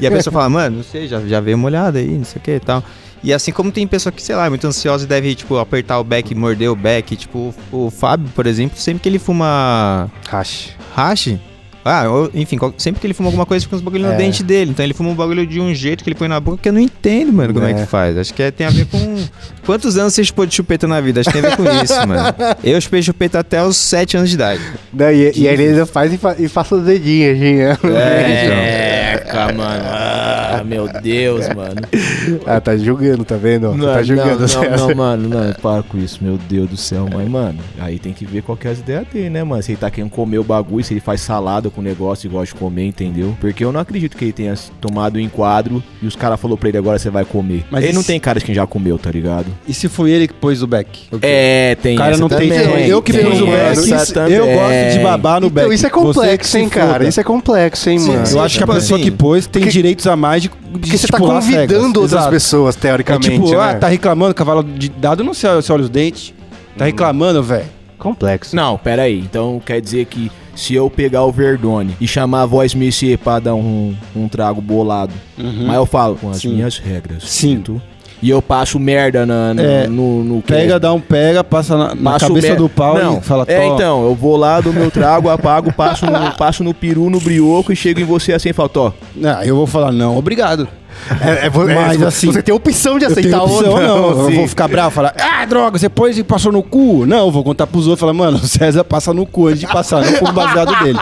S3: E a pessoa fala, mano, não sei, já, já veio molhada aí, não sei o que e tal. E assim como tem pessoa que, sei lá, é muito ansiosa e deve, tipo, apertar o Beck, morder o Beck. Tipo, o Fábio, por exemplo, sempre que ele fuma
S2: Rache.
S3: Hashi? Ah, eu- enfim, qual- sempre que ele fuma alguma coisa, fica uns bagulho no
S2: É.
S3: dente dele. Então ele fuma um bagulho de um jeito que ele põe na boca que eu não entendo, mano, como é,
S2: É.
S3: que faz. Acho que é- tem a ver com. Quantos anos você chupou de chupeta na vida? Acho que tem a ver com isso, mano. Eu chupei chupeta até os 7 anos de idade. É,
S2: Daí, e aí ele ainda faz e, fa e passa o dedinho, assim, né?
S4: É, então."
S3: É.
S2: É,
S4: Eca, mano. Ah, meu Deus, mano.
S2: Ah, tá julgando, tá vendo? Você tá julgando,
S4: não,
S2: César.
S4: não, mano, não, para com isso, meu Deus do céu, mas, mano, aí tem que ver qual que é as ideias dele, né, mano? Se ele tá querendo comer o bagulho, se ele faz salada com o negócio e gosta de comer, entendeu? Porque eu não acredito que ele tenha s- tomado o enquadro e os caras falaram pra ele agora você vai comer.
S1: Mas
S4: Mas ele não
S1: isso-
S4: tem cara de quem já comeu, tá ligado?
S1: E se foi ele que pôs o back?
S4: É, tem
S1: Cara, não tem
S4: também,
S1: Eu que
S4: tem
S1: pus o back.
S4: essa
S1: Isso-
S4: também.
S1: Eu gosto de babar no
S2: Então,
S1: back.
S2: isso é
S1: Você que
S2: complexo,
S1: se
S2: hein, cara?
S1: foda.
S2: Isso é complexo, hein, mano?
S1: Eu acho que a
S3: Tipo
S1: pessoa
S3: assim,
S1: que pôs tem direitos a mais de, de
S2: Porque você tá
S1: estipular
S2: convidando
S1: regras.
S2: outras
S1: Exato.
S2: pessoas,
S1: É
S2: teoricamente,
S1: tipo,
S2: né?
S1: ah, tá reclamando, cavalo de dado não se olha, se olha os dentes. Tá
S2: Hum.
S1: reclamando, velho.
S2: complexo.
S4: Não, pera aí. Então quer dizer que se eu pegar o Verdone e chamar a voz Messier pra dar um, um trago bolado, mas eu falo com as
S1: Sim.
S4: minhas regras.
S1: Sim.
S4: sinto, E eu passo merda na, na-
S1: É,
S4: no, no
S1: Pega, dá um pega, passa na, na
S4: Passo
S1: cabeça
S4: mer-
S1: do pau
S4: não.
S1: e fala,
S4: É,
S1: "Tó".
S4: então, eu vou lá do meu trago, apago, passo no, passo no peru, no brioco e chego em você assim e falo, Tó,
S1: Ah, eu vou falar, não, obrigado.
S2: É, é, vo-
S1: Mas,
S2: é,
S1: assim,
S2: você tem a opção de
S1: Eu
S2: aceitar
S1: tenho opção,
S2: ou
S1: não. assim.
S2: não.
S1: Eu
S2: sim.
S1: vou ficar bravo, falar, ah, droga, você pôs e passou no cu. Não, eu vou contar pros outros, falar, mano, o César passa no cu antes de passar no cu baseado dele.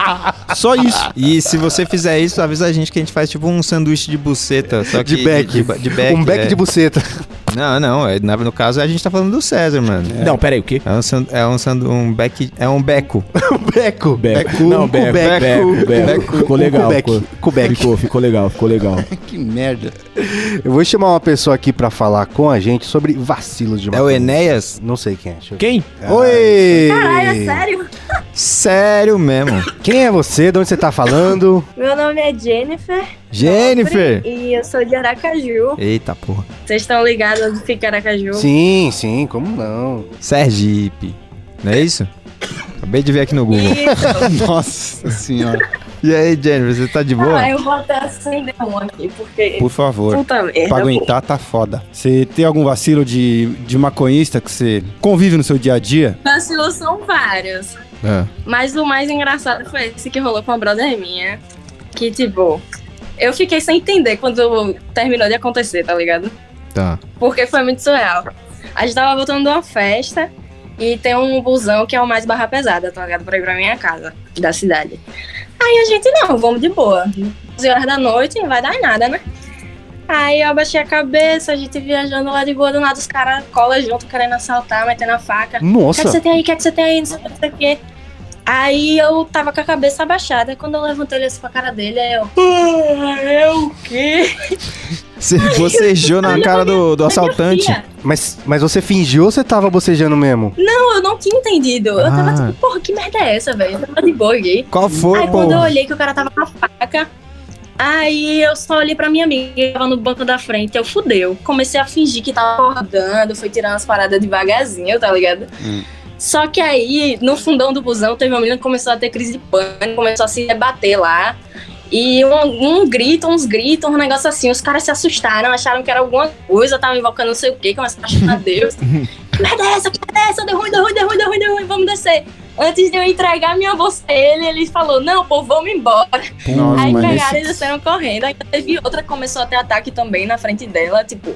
S1: Só isso.
S3: E se você fizer isso, avisa a gente que a gente faz tipo um sanduíche de buceta. Só que
S2: de back.
S3: De, de back
S2: um back
S3: é.
S2: de buceta.
S3: Não, não. é- na- No caso, a gente tá falando do César, mano.
S4: Não, pera aí, o quê?
S3: É um, san- é um, sandu- um beck. É um beco.
S2: Beco. Um
S4: Beco. Não, Beco.
S2: Beco.
S4: Beco.
S2: Beco.
S4: Beco. Ficou legal.
S2: Beco.
S4: Ficou,
S2: Beco.
S4: ficou, ficou legal, ficou legal.
S1: Que merda.
S2: Eu vou chamar uma pessoa aqui pra falar com a gente sobre vacilos de
S3: É o
S2: maconha.
S3: Enéas? é
S2: Não sei quem é. deixa eu ver.
S4: Quem?
S2: Oi!
S8: Caralho, é sério?
S3: Sério mesmo.
S2: Quem é você? De onde você tá falando?
S8: Meu nome é Jennifer.
S3: Jennifer!
S8: E eu sou de Aracaju.
S3: Eita porra.
S8: Vocês estão ligados onde fica Aracaju?
S2: sim, sim, como não?
S3: Sergipe. Não é isso? Acabei de ver aqui no Google.
S8: E
S1: Nossa senhora.
S3: E aí, Jennifer, você tá de boa?
S8: ah, eu vou até sem demônio aqui, porque.
S1: Por favor.
S8: Puta merda. pô.
S1: Pra aguentar tá foda. Você tem algum vacilo de, de maconhista que você convive no seu dia a dia?
S8: Vacilos são vários.
S3: Ah.
S8: Mas o mais engraçado foi esse que rolou com uma brother minha. Que, tipo, eu fiquei sem entender quando terminou de acontecer, tá ligado?
S3: Tá.
S8: Porque foi muito surreal. A gente tava voltando de uma festa e tem um busão que é o mais barra pesada, tá ligado? Pra ir pra minha casa, da cidade. Aí a gente, não, vamos de boa. 11 horas da noite, não vai dar em nada, né? Aí eu abaixei a cabeça, a gente viajando lá de boa, do nada os caras colam junto, querendo assaltar, metendo a faca. O que, é que
S2: Nossa!
S8: você tem aí? O que, é que você tem aí? Não sei o que, não sei o que. Aí eu tava com a cabeça abaixada. Quando eu levantei ele assim pra cara dele, aí eu. "Ah, É o quê?
S3: Você bocejou na cara do, do assaltante.
S8: Minha filha,
S2: Mas, mas você fingiu ou você tava bocejando mesmo?
S8: Não, eu não tinha entendido. Eu tava
S3: Ah.
S8: tipo, porra, que merda é essa, velho? Eu tava de boa gay.
S3: Qual foi,
S8: Aí quando eu
S3: porra?
S8: olhei que o cara tava com a faca, aí eu só olhei pra minha amiga que tava no banco da frente, eu fudeu. Comecei a fingir que tava acordando, fui tirando as paradas devagarzinho, tá ligado? Só que aí, no fundão do busão, teve uma menina que começou a ter crise de pânico, começou a se debater lá. E um, um grito, uns gritos, um negócio assim. Os caras se assustaram, acharam que era alguma coisa, tava invocando não sei o quê, começaram a chamar Deus. Que merda é essa? Que merda é essa? Deu ruim, deu ruim, deu ruim, deu ruim, deu ruim, vamos descer. Antes de eu entregar minha bolsa a ele, ele falou: Não, pô, vamos embora.
S1: Nossa,
S8: Aí
S1: mas
S8: pegaram e desceram correndo. Aí teve outra que começou a ter ataque também na frente dela. Tipo,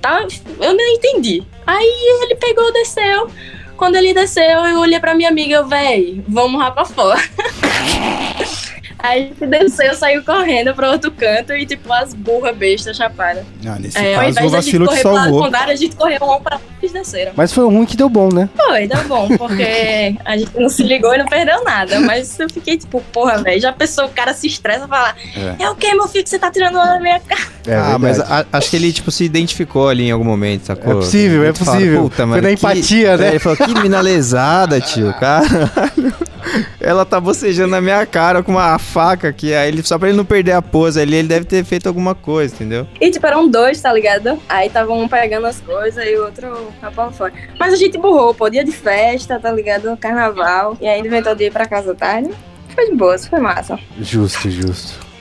S8: tá, eu não entendi. Aí ele pegou, desceu. Quando ele desceu, eu olhei pra minha amiga, eu, véi, vamos lá pra fora. Aí ele desceu, saiu correndo pra outro canto e, tipo, as burras bestas chaparam.
S1: Ah, nesse
S8: É, ao
S1: caso, o
S8: invés da gente
S1: vacilo te
S8: correr pro lado
S1: salvou.
S8: contrário, a gente correu um pra lá e eles desceram.
S2: Mas foi um ruim que deu bom, né?
S8: Foi, tá bom, porque a gente não se ligou e não perdeu nada. Mas eu fiquei tipo, porra, velho, já pensou, o cara se estressa e fala, é, o que, meu filho, que você tá tirando lá da minha cara?
S2: É verdade.
S3: ah, mas a- acho que ele, tipo, se identificou ali em algum momento, sacou?
S2: É possível, é
S3: Ele fala,
S2: possível.
S3: Puta,
S2: Foi
S3: mano,
S2: na
S3: que-
S2: empatia, né?
S3: É, Ele falou, que mina lesada, tio, caralho. Ela tá bocejando na minha cara com uma faca aqui. Aí ele, só pra ele não perder a pose ali, ele deve ter feito alguma coisa, entendeu?
S8: E tipo, eram dois, tá ligado? Aí tava um pegando as coisas e o outro capão fora. Mas a gente burrou, pô, dia de festa, tá ligado? Carnaval. E aí inventou de ir pra casa tarde. Foi de boa, isso foi massa.
S2: Justo, justo.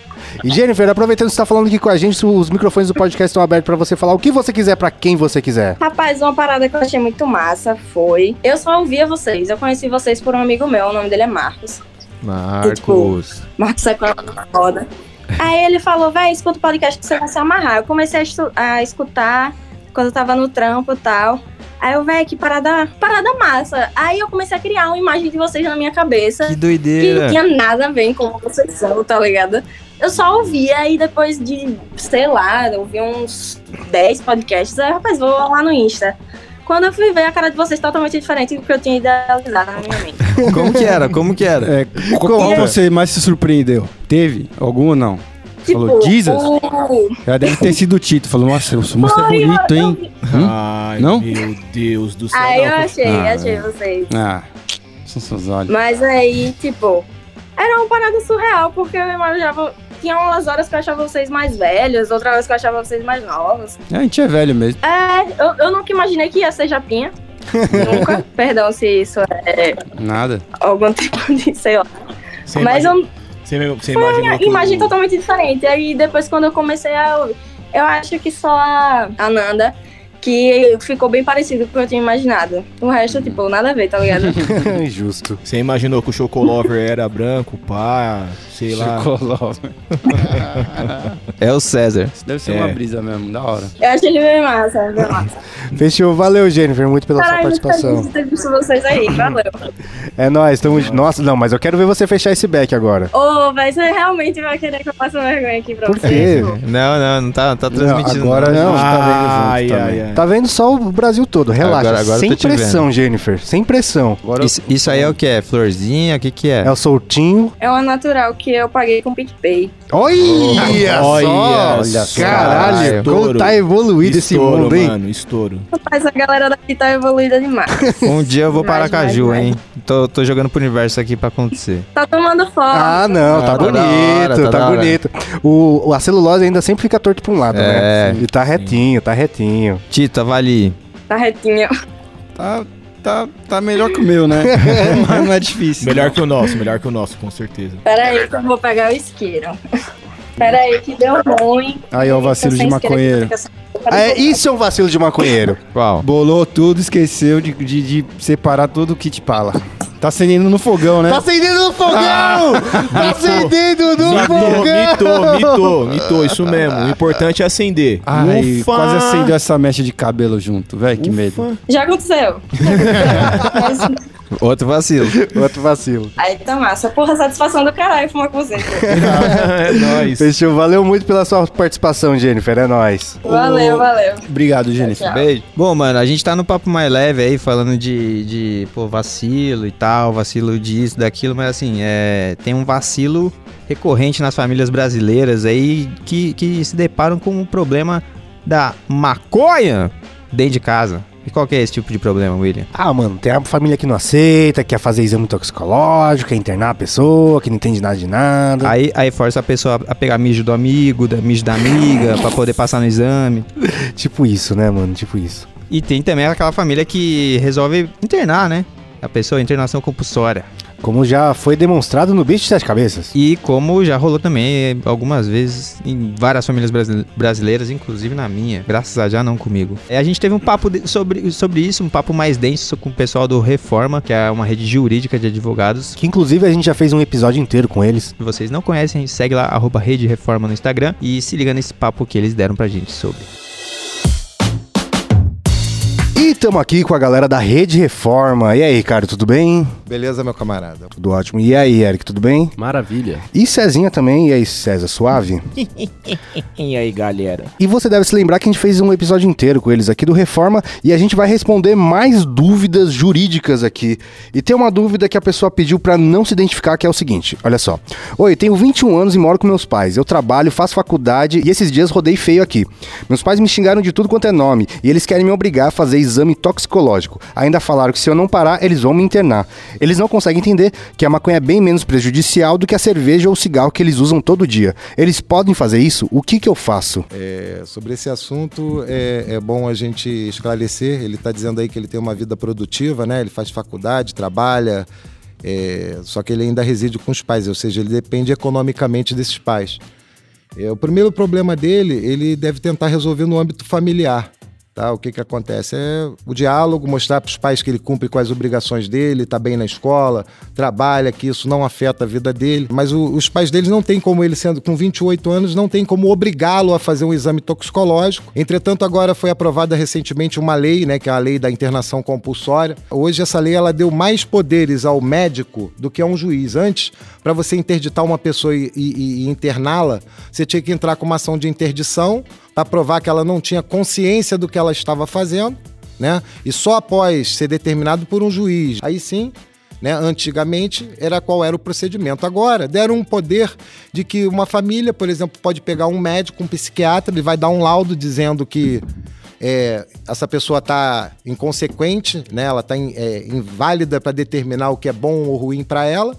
S2: E Jennifer, aproveitando que você tá falando aqui com a gente, os microfones do podcast estão abertos pra você falar o que você quiser pra quem você quiser.
S8: Rapaz, uma parada que eu achei muito massa foi. Eu só ouvia vocês, eu conheci vocês por um amigo meu, o nome dele é Marcos.
S3: Marcos.
S8: Marcos é foda. Aí ele falou, véi, escuta o podcast que você vai se amarrar. Eu comecei a, estu- a escutar quando eu tava no trampo e tal. Aí eu, véi, que parada, parada massa. Aí eu comecei a criar uma imagem de vocês na minha cabeça
S3: Que
S8: que não
S3: doideira.
S8: tinha nada a ver com vocês são, tá ligado? Eu só ouvia e depois de, sei lá, eu ouvi uns 10 podcasts, aí, rapaz, vou lá no Insta. Quando eu fui ver a cara de vocês é totalmente diferente do que eu tinha idealizado na minha mente.
S3: Como que era? Como que era?
S1: É, qual qual você mais se surpreendeu? Teve? Algum ou não? Você falou, Jesus?
S8: Tipo, o-
S1: Ela deve ter sido o Tito. Falou, nossa, o moço é bonito, hein? Hum?
S4: Ai,
S1: Não?
S4: meu Deus do céu.
S8: Ah, eu
S4: não,
S8: achei,
S1: Ah,
S8: achei
S1: é.
S8: vocês.
S1: Ah, são seus olhos.
S8: Mas aí, tipo, era uma parada surreal, porque eu imaginava. Tinha umas horas que eu achava vocês mais velhos, outras horas que eu achava vocês mais novos.
S1: É, a gente é velho mesmo.
S8: É, eu, eu nunca imaginei que ia ser Japinha. nunca. Perdão se isso é
S1: Nada.
S8: algum tipo de, sei lá.
S4: Você
S8: Mas
S4: imagina,
S8: eu
S4: você mesmo- você imaginou que o-
S8: imagem totalmente diferente. Aí depois quando eu comecei a ouvir, eu acho que só a a Nanda que ficou bem parecido com o que eu tinha imaginado. O resto, tipo, nada a ver, tá ligado?
S2: Justo.
S4: Você imaginou que o Chocolover era branco, pá, sei lá.
S1: Chocoló.
S3: É o César.
S1: Isso deve ser
S4: É.
S1: uma brisa mesmo, da hora.
S8: Eu achei ele bem massa, bem massa.
S2: Fechou. Valeu, Jennifer, muito pela
S8: Caralho,
S2: sua
S8: muito feliz
S2: participação.
S8: de ter visto vocês aí, valeu.
S2: É nóis, estamos. Nossa, não, mas eu quero ver você fechar esse back agora.
S8: Ô, mas você realmente vai querer que eu faça vergonha aqui pra
S2: Por
S8: vocês?
S2: quê?
S3: É. Não, não, não tá, tá transmitindo.
S2: agora não.
S1: tá vendo junto também.
S2: Tá vendo só o Brasil todo, relaxa.
S3: Agora- agora eu
S2: sem
S3: tô te
S2: pressão, Jennifer, sem pressão.
S1: Agora
S3: Isso, isso aí é o que? É florzinha? O que que é?
S2: É o soltinho.
S8: É uma natural que eu paguei com PicPay.
S2: Olha,
S4: Olha
S2: só!
S4: olha só.
S2: Caralho, como
S4: Estouro.
S2: tá evoluído esse
S4: Estouro,
S2: mundo, hein?
S4: mano, estouro.
S8: Mas a galera daqui tá evoluída demais.
S3: Um dia eu vou para
S8: Vai, vai,
S3: Caju,
S8: vai.
S3: hein? Tô, tô jogando pro universo aqui pra acontecer.
S8: Tá tomando foto.
S2: Ah, não, tá,
S3: Ah, tá
S2: bonito,
S3: da hora,
S2: tá,
S3: tá da hora.
S2: bonito. O, o- a celulose ainda sempre fica torto pra um lado,
S3: É.
S2: né? E tá retinho, tá retinho.
S3: Tito, avalie.
S8: Tá retinho.
S1: Tá, tá, tá melhor que o meu, né? Mas não é difícil.
S4: Melhor que o nosso, melhor que o nosso, com certeza.
S8: Pera aí que eu vou pegar o isqueiro. Pera aí que deu ruim.
S1: Aí, ó, o vacilo
S8: Tô
S1: de
S8: tá sem isqueiro
S1: maconheiro.
S8: aqui, fica
S2: Ah,
S8: sem-
S2: é, isso é um vacilo de maconheiro.
S3: Qual?
S1: Bolou tudo, esqueceu de, de, de separar todo o kit pala. Tá acendendo no fogão, né?
S2: Tá acendendo no fogão! tá acendendo no
S4: Mitou,
S2: fogão!
S4: mitou, mitou, mitou, isso mesmo. O importante é acender.
S1: Ai,
S4: Ufa!
S1: quase acendeu essa mecha de cabelo junto, velho, que
S4: Ufa.
S1: medo.
S8: Já aconteceu. Mas,
S3: Outro vacilo.
S2: Outro vacilo.
S8: aí tá massa. Porra, satisfação do caralho fumar com você.
S4: é nóis.
S2: Fechou, valeu muito pela sua participação, Jennifer, é nóis.
S8: Valeu, valeu.
S1: Obrigado, Jennifer.
S8: Tchau.
S3: Beijo. Bom, mano, a gente tá no papo mais leve aí, falando de, de pô, vacilo e tal, vacilo disso, daquilo, mas assim, é, tem um vacilo recorrente nas famílias brasileiras aí que, que se deparam com o problema da maconha dentro de casa. E qual que é esse tipo de problema, William?
S2: Ah, mano, tem a família que não aceita, quer fazer exame toxicológico, quer internar a pessoa, que não entende nada de nada.
S3: Aí, aí força a pessoa a pegar mijo do amigo, da, mijo da amiga, pra poder passar no exame.
S2: Tipo isso, né, mano? Tipo isso.
S3: E tem também aquela família que resolve internar, né? A pessoa, internação compulsória.
S2: Como já foi demonstrado no Bicho de Sete Cabeças.
S3: E como já rolou também eh, algumas vezes em várias famílias brasile- brasileiras, inclusive na minha, graças a já não comigo. Eh, A gente teve um papo de- sobre, sobre isso, um papo mais denso com o pessoal do Reforma, que é uma rede jurídica de advogados.
S2: Que inclusive a gente já fez um episódio inteiro com eles.
S3: Se vocês não conhecem, segue lá, arroba Rede Reforma no Instagram e se liga nesse papo que eles deram pra gente sobre.
S2: E tamo aqui com a galera da Rede Reforma. E aí, Ricardo, tudo bem?
S7: Beleza, meu camarada?
S2: Tudo ótimo. E aí, Eric, tudo bem?
S1: Maravilha.
S2: E Cezinha também. E aí, César, suave?
S4: E aí, galera?
S2: E você deve se lembrar que a gente fez um episódio inteiro com eles aqui do Reforma e a gente vai responder mais dúvidas jurídicas aqui. E tem uma dúvida que a pessoa pediu pra não se identificar, que é o seguinte: olha só. Oi, eu tenho 21 anos e moro com meus pais. Eu trabalho, faço faculdade e esses dias rodei feio aqui. Meus pais me xingaram de tudo quanto é nome e eles querem me obrigar a fazer exame toxicológico. Ainda falaram que se eu não parar, eles vão me internar. Eles não conseguem entender que a maconha é bem menos prejudicial do que a cerveja ou cigarro que eles usam todo dia. Eles podem fazer isso? O que que eu faço?
S7: É, sobre esse assunto, é, é bom a gente esclarecer. Ele está dizendo aí que ele tem uma vida produtiva, né? Ele faz faculdade, trabalha, é, só que ele ainda reside com os pais, ou seja, ele depende economicamente desses pais. É, o primeiro problema dele, ele deve tentar resolver no âmbito familiar. Tá? O que, que acontece? É o diálogo, mostrar para os pais que ele cumpre com as obrigações dele, está bem na escola, trabalha, que isso não afeta a vida dele. Mas o- os pais deles não têm como ele, sendo com 28 anos, não tem como obrigá-lo a fazer um exame toxicológico. Entretanto, agora foi aprovada recentemente uma lei, né, que é a lei da internação compulsória. Hoje essa lei ela deu mais poderes ao médico do que a um juiz. Antes, para você interditar uma pessoa e, e- e interná-la, você tinha que entrar com uma ação de interdição para provar que ela não tinha consciência do que ela estava fazendo, né? E só após ser determinado por um juiz. Aí sim, né? Antigamente era qual era o procedimento. Agora deram um poder de que uma família, por exemplo, pode pegar um médico, um psiquiatra, ele vai dar um laudo dizendo que é, essa pessoa está inconsequente, né? Ela está inválida para determinar o que é bom ou ruim para ela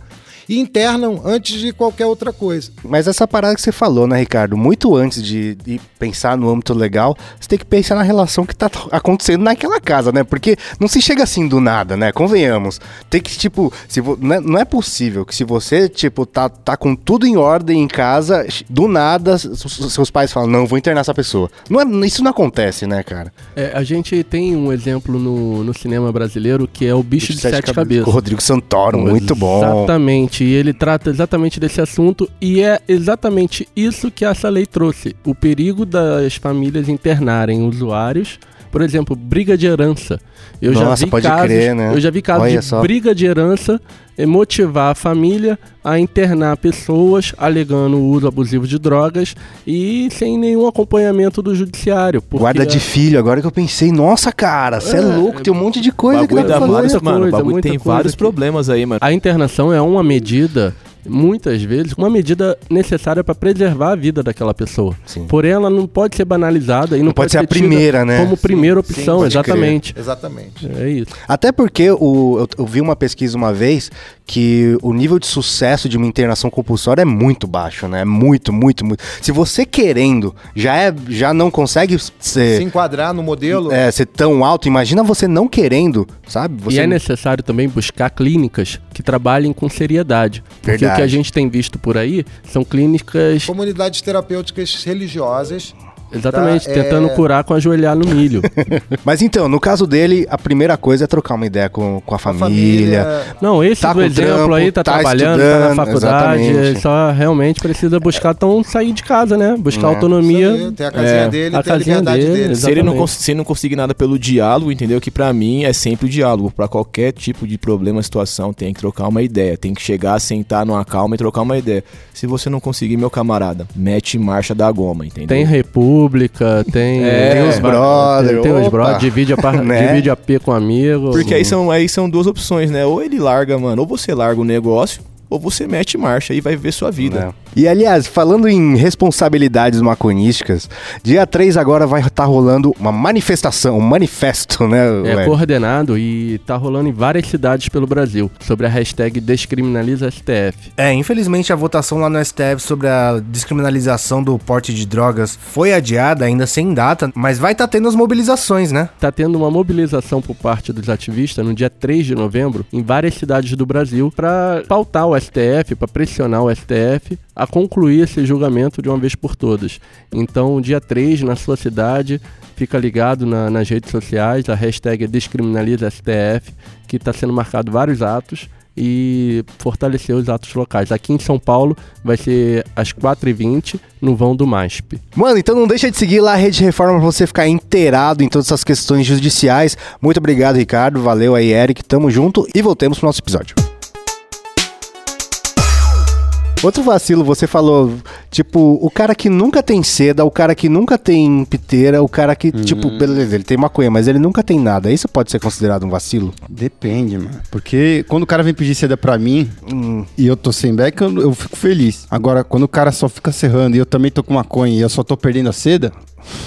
S7: e internam antes de qualquer outra coisa.
S2: Mas essa parada que você falou, né, Ricardo? Muito antes de, de pensar no âmbito legal, você tem que pensar na relação que tá t- acontecendo naquela casa, né? Porque não se chega assim do nada, né? Convenhamos. Tem que, tipo, se vo- não, é, não é possível que se você, tipo, tá, tá com tudo em ordem em casa, do nada, s- s- seus pais falam, não, vou internar essa pessoa. Não é- isso não acontece, né, cara?
S9: É, a gente tem um exemplo no, no cinema brasileiro que é o Bicho de Sete, Cabeças.
S2: O Rodrigo Santoro, muito bom.
S9: Exatamente. exatamente, e ele trata exatamente desse assunto, e é exatamente isso que essa lei trouxe: o perigo das famílias internarem usuários. Por exemplo, briga de herança. Eu
S2: Nossa,
S9: já vi
S2: pode
S9: casos,
S2: crer, né?
S9: Eu já vi casos
S2: Olha
S9: de
S2: só.
S9: briga de herança eh, motivar a família a internar pessoas alegando o uso abusivo de drogas e sem nenhum acompanhamento do judiciário. porque
S2: Guarda
S9: a-
S2: de filho, agora que eu pensei, nossa, cara, você é, louco, tem um monte de coisa que dá
S4: bagulho
S2: pra
S4: dá
S2: fazer.
S4: vários,
S9: Muita
S4: mano, o
S9: coisa,
S4: bagulho
S9: muita
S4: tem
S9: coisa
S4: vários
S9: aqui.
S4: problemas aí, mano.
S9: A internação é uma medida, muitas vezes, uma medida necessária para preservar a vida daquela pessoa.
S2: Sim.
S9: Porém, ela não pode ser banalizada e não,
S2: Não pode ser a
S9: tida
S2: primeira, né?
S9: Como primeira
S7: Sim,
S9: opção,
S7: pode
S9: exatamente.
S7: Exatamente.
S9: É isso.
S2: Até porque o, eu, eu vi uma pesquisa uma vez que o nível de sucesso de uma internação compulsória é muito baixo, né? É Muito, muito, muito. Se você querendo já, é, já não consegue
S7: Se
S2: ser,
S7: enquadrar no modelo.
S2: é, ser tão alto, imagina você não querendo, sabe? Você
S9: E é necessário também buscar clínicas que trabalhem com seriedade. Porque o
S2: Verdade.
S9: que a gente tem visto por aí são clínicas,
S7: Comunidades terapêuticas religiosas.
S9: exatamente,
S7: Tá, é-
S9: tentando curar com ajoelhar no milho.
S2: Mas então, no caso dele, a primeira coisa é trocar uma ideia com, com a família.
S9: Não, esse
S2: Tá
S9: do
S2: com
S9: exemplo
S2: trampo,
S9: aí, tá,
S2: tá
S9: trabalhando, tá na
S2: estudando,
S9: faculdade,
S2: exatamente.
S9: só realmente precisa buscar, então, sair de casa, né? Buscar autonomia.
S7: É. Tem a casinha
S4: É,
S7: dele,
S9: a
S7: tem a
S9: casinha
S7: liberdade
S9: dele,
S7: dele.
S9: exato.
S4: Se ele não,
S9: Exatamente.
S4: cons- se ele não conseguir nada pelo diálogo, entendeu? Que pra mim é sempre o diálogo. Pra qualquer tipo de problema, situação, tem que trocar uma ideia. Tem que chegar, sentar numa calma e trocar uma ideia. Se você não conseguir, meu camarada, mete marcha da goma, entendeu?
S9: Tem República, tem.
S4: É. Tem os
S2: brother,
S9: Tem, tem os
S2: opa.
S9: brother, divide a, par,
S2: Né?
S9: divide a P com amigo.
S4: Porque aí são, aí são duas opções, né? Ou ele larga, mano, ou você larga o negócio, ou você mete marcha e vai ver sua vida.
S2: né? E aliás, falando em responsabilidades maconísticas, dia 3 agora vai estar rolando uma manifestação, um manifesto, né?
S9: É
S2: Léo?
S9: coordenado e tá rolando em várias cidades pelo Brasil sobre a hashtag Descriminaliza STF.
S6: É, infelizmente a votação lá no STF sobre a descriminalização do porte de drogas foi adiada, ainda sem data, mas vai estar tendo as mobilizações, né?
S9: Tá tendo uma mobilização por parte dos ativistas no dia 3 de novembro em várias cidades do Brasil pra pautar o STF, pra pressionar o STF a concluir esse julgamento de uma vez por todas. Então, dia 3 na sua cidade, fica ligado na- nas redes sociais, a hashtag é Descriminaliza STF, que está sendo marcado vários atos e fortalecer os atos locais. Aqui em São Paulo vai ser às 4h20 no vão do MASP.
S2: Mano, então não deixa de seguir lá a Rede Reforma pra você ficar inteirado em todas essas questões judiciais. Muito obrigado, Ricardo. Valeu aí, Eric. Tamo junto e voltemos pro nosso episódio. Outro vacilo, você falou, tipo, o cara que nunca tem seda, o cara que nunca tem piteira, o cara que, tipo,
S1: Uhum.
S2: beleza, ele tem maconha, mas ele nunca tem nada. Isso pode ser considerado um vacilo?
S1: Depende, mano. Porque quando o cara vem pedir seda pra mim e eu tô sem beca, eu, eu fico feliz. Agora, quando o cara só fica serrando e eu também tô com maconha e eu só tô perdendo a seda,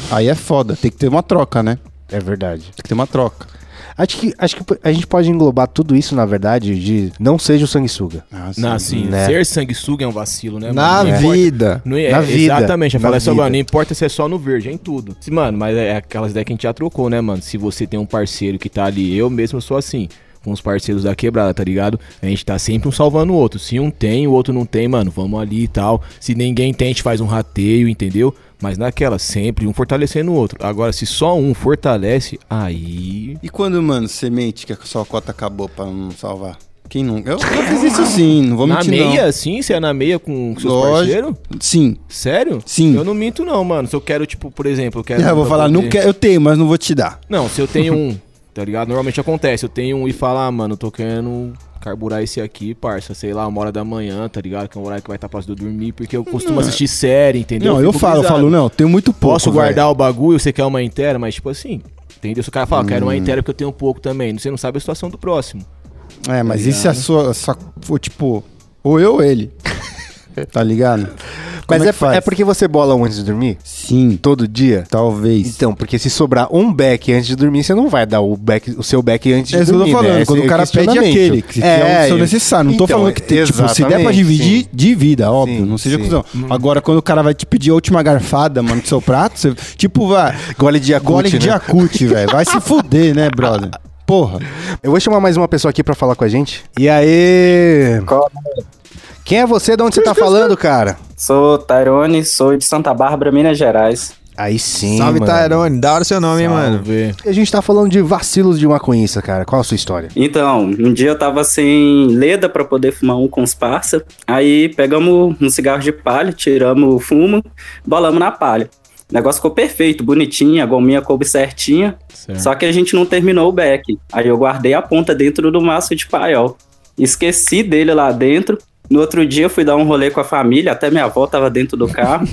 S1: aí é foda. Tem que ter uma troca, né?
S2: É verdade.
S1: Tem que ter uma troca.
S2: Acho que, acho que a gente pode englobar tudo isso, na verdade, de não seja o sanguessuga.
S4: Na, assim,
S2: Né?
S4: Ser sanguessuga é um vacilo, né?
S7: Na
S4: mano? Não importa.
S7: vida.
S4: Não é,
S2: Na
S4: é,
S2: vida.
S4: Exatamente, eu
S2: Na
S4: falei só agora,
S2: vida.
S4: não importa se é só no verde, é em tudo. Se, mano, mas é aquelas ideias que a gente já trocou, né, mano? Se você tem um parceiro que tá ali, eu mesmo sou assim. Com os parceiros da quebrada, tá ligado? A gente tá sempre um salvando o outro. Se um tem, o outro não tem, mano, vamos ali e tal. Se ninguém tem, a gente faz um rateio, entendeu? Mas naquela, sempre um fortalecendo o outro. Agora, se só um fortalece, aí.
S1: E quando, mano, você mente que a sua cota acabou pra não salvar? Quem nunca? Eu já fiz isso sim, não vou
S4: Na
S1: mentir
S4: meia, sim? Você é na meia com
S1: não.
S4: seus
S1: Lógico.
S4: parceiros?
S1: Sim.
S4: Sério?
S1: Sim.
S4: Eu não minto, não, mano. Se eu quero, tipo, por exemplo, eu quero.
S1: É, eu vou falar, não
S4: poder-
S1: quero, eu tenho, mas não vou te dar.
S4: Não, se eu tenho um, tá ligado? Normalmente acontece. Eu tenho um e falar, ah, mano, tô querendo carburar esse aqui, parça. Sei lá, uma hora da manhã, tá ligado? Que é um horário que vai estar fácil de eu dormir, porque eu costumo assistir série, entendeu?
S1: não, eu
S4: fico
S1: falo, eu
S4: brisado.
S1: falo, não, eu tenho muito pouco.
S4: Posso
S1: velho.
S4: guardar o bagulho, você quer uma inteira, mas tipo assim. Entendeu? Se o cara fala, quero
S1: Hum.
S4: uma inteira porque eu tenho pouco também. Você não sabe a situação do próximo.
S1: É, mas e se a sua, a sua for tipo, ou eu ou ele? tá ligado? Como
S2: Mas é,
S1: que faz?
S2: é porque você bola um antes de dormir?
S1: Sim,
S2: Todo dia?
S1: talvez.
S2: Então, porque se sobrar um back antes de dormir, você não vai dar o, back, o seu back antes de
S1: É isso que eu
S2: dormir.
S1: tô falando,
S2: né?
S1: quando
S2: Esse
S1: o cara pede
S2: questionamento.
S1: aquele, que é, o seu
S2: eu-
S1: necessário. Não tô
S2: Então,
S1: falando que tem, tipo, se der pra
S2: exatamente,
S1: dividir,
S2: sim.
S1: divida, óbvio,
S2: Sim,
S1: não seja
S2: sim. Hum.
S1: cuzão. Agora, quando o cara vai te pedir a última garfada, mano, do seu prato, você, tipo, vai,
S2: Gole de Yakut,
S1: gole de
S2: né?
S1: acute, velho, vai se fuder, né, brother? Porra.
S2: Eu vou chamar mais uma pessoa aqui pra falar com a gente. E aí? Quem é você? De onde você tá falando, cara?
S10: Sou Tairone, sou de Santa Bárbara, Minas Gerais.
S2: Aí sim.
S3: Salve,
S2: mano.
S3: Tyrone. Da hora o seu nome, hein, mano.
S2: E a gente tá falando de vacilos de maconhista, cara. Qual a sua história?
S10: Então, um dia eu tava sem leda pra poder fumar um com os parça. Aí pegamos um cigarro de palha, tiramos o fumo, bolamos na palha. O negócio ficou perfeito, bonitinho, a gominha coube certinha.
S2: É.
S10: Só que a gente não terminou o back. Aí eu guardei a ponta dentro do maço de paiol. Esqueci dele lá dentro. No outro dia eu fui dar um rolê com a família, até minha avó tava dentro do carro.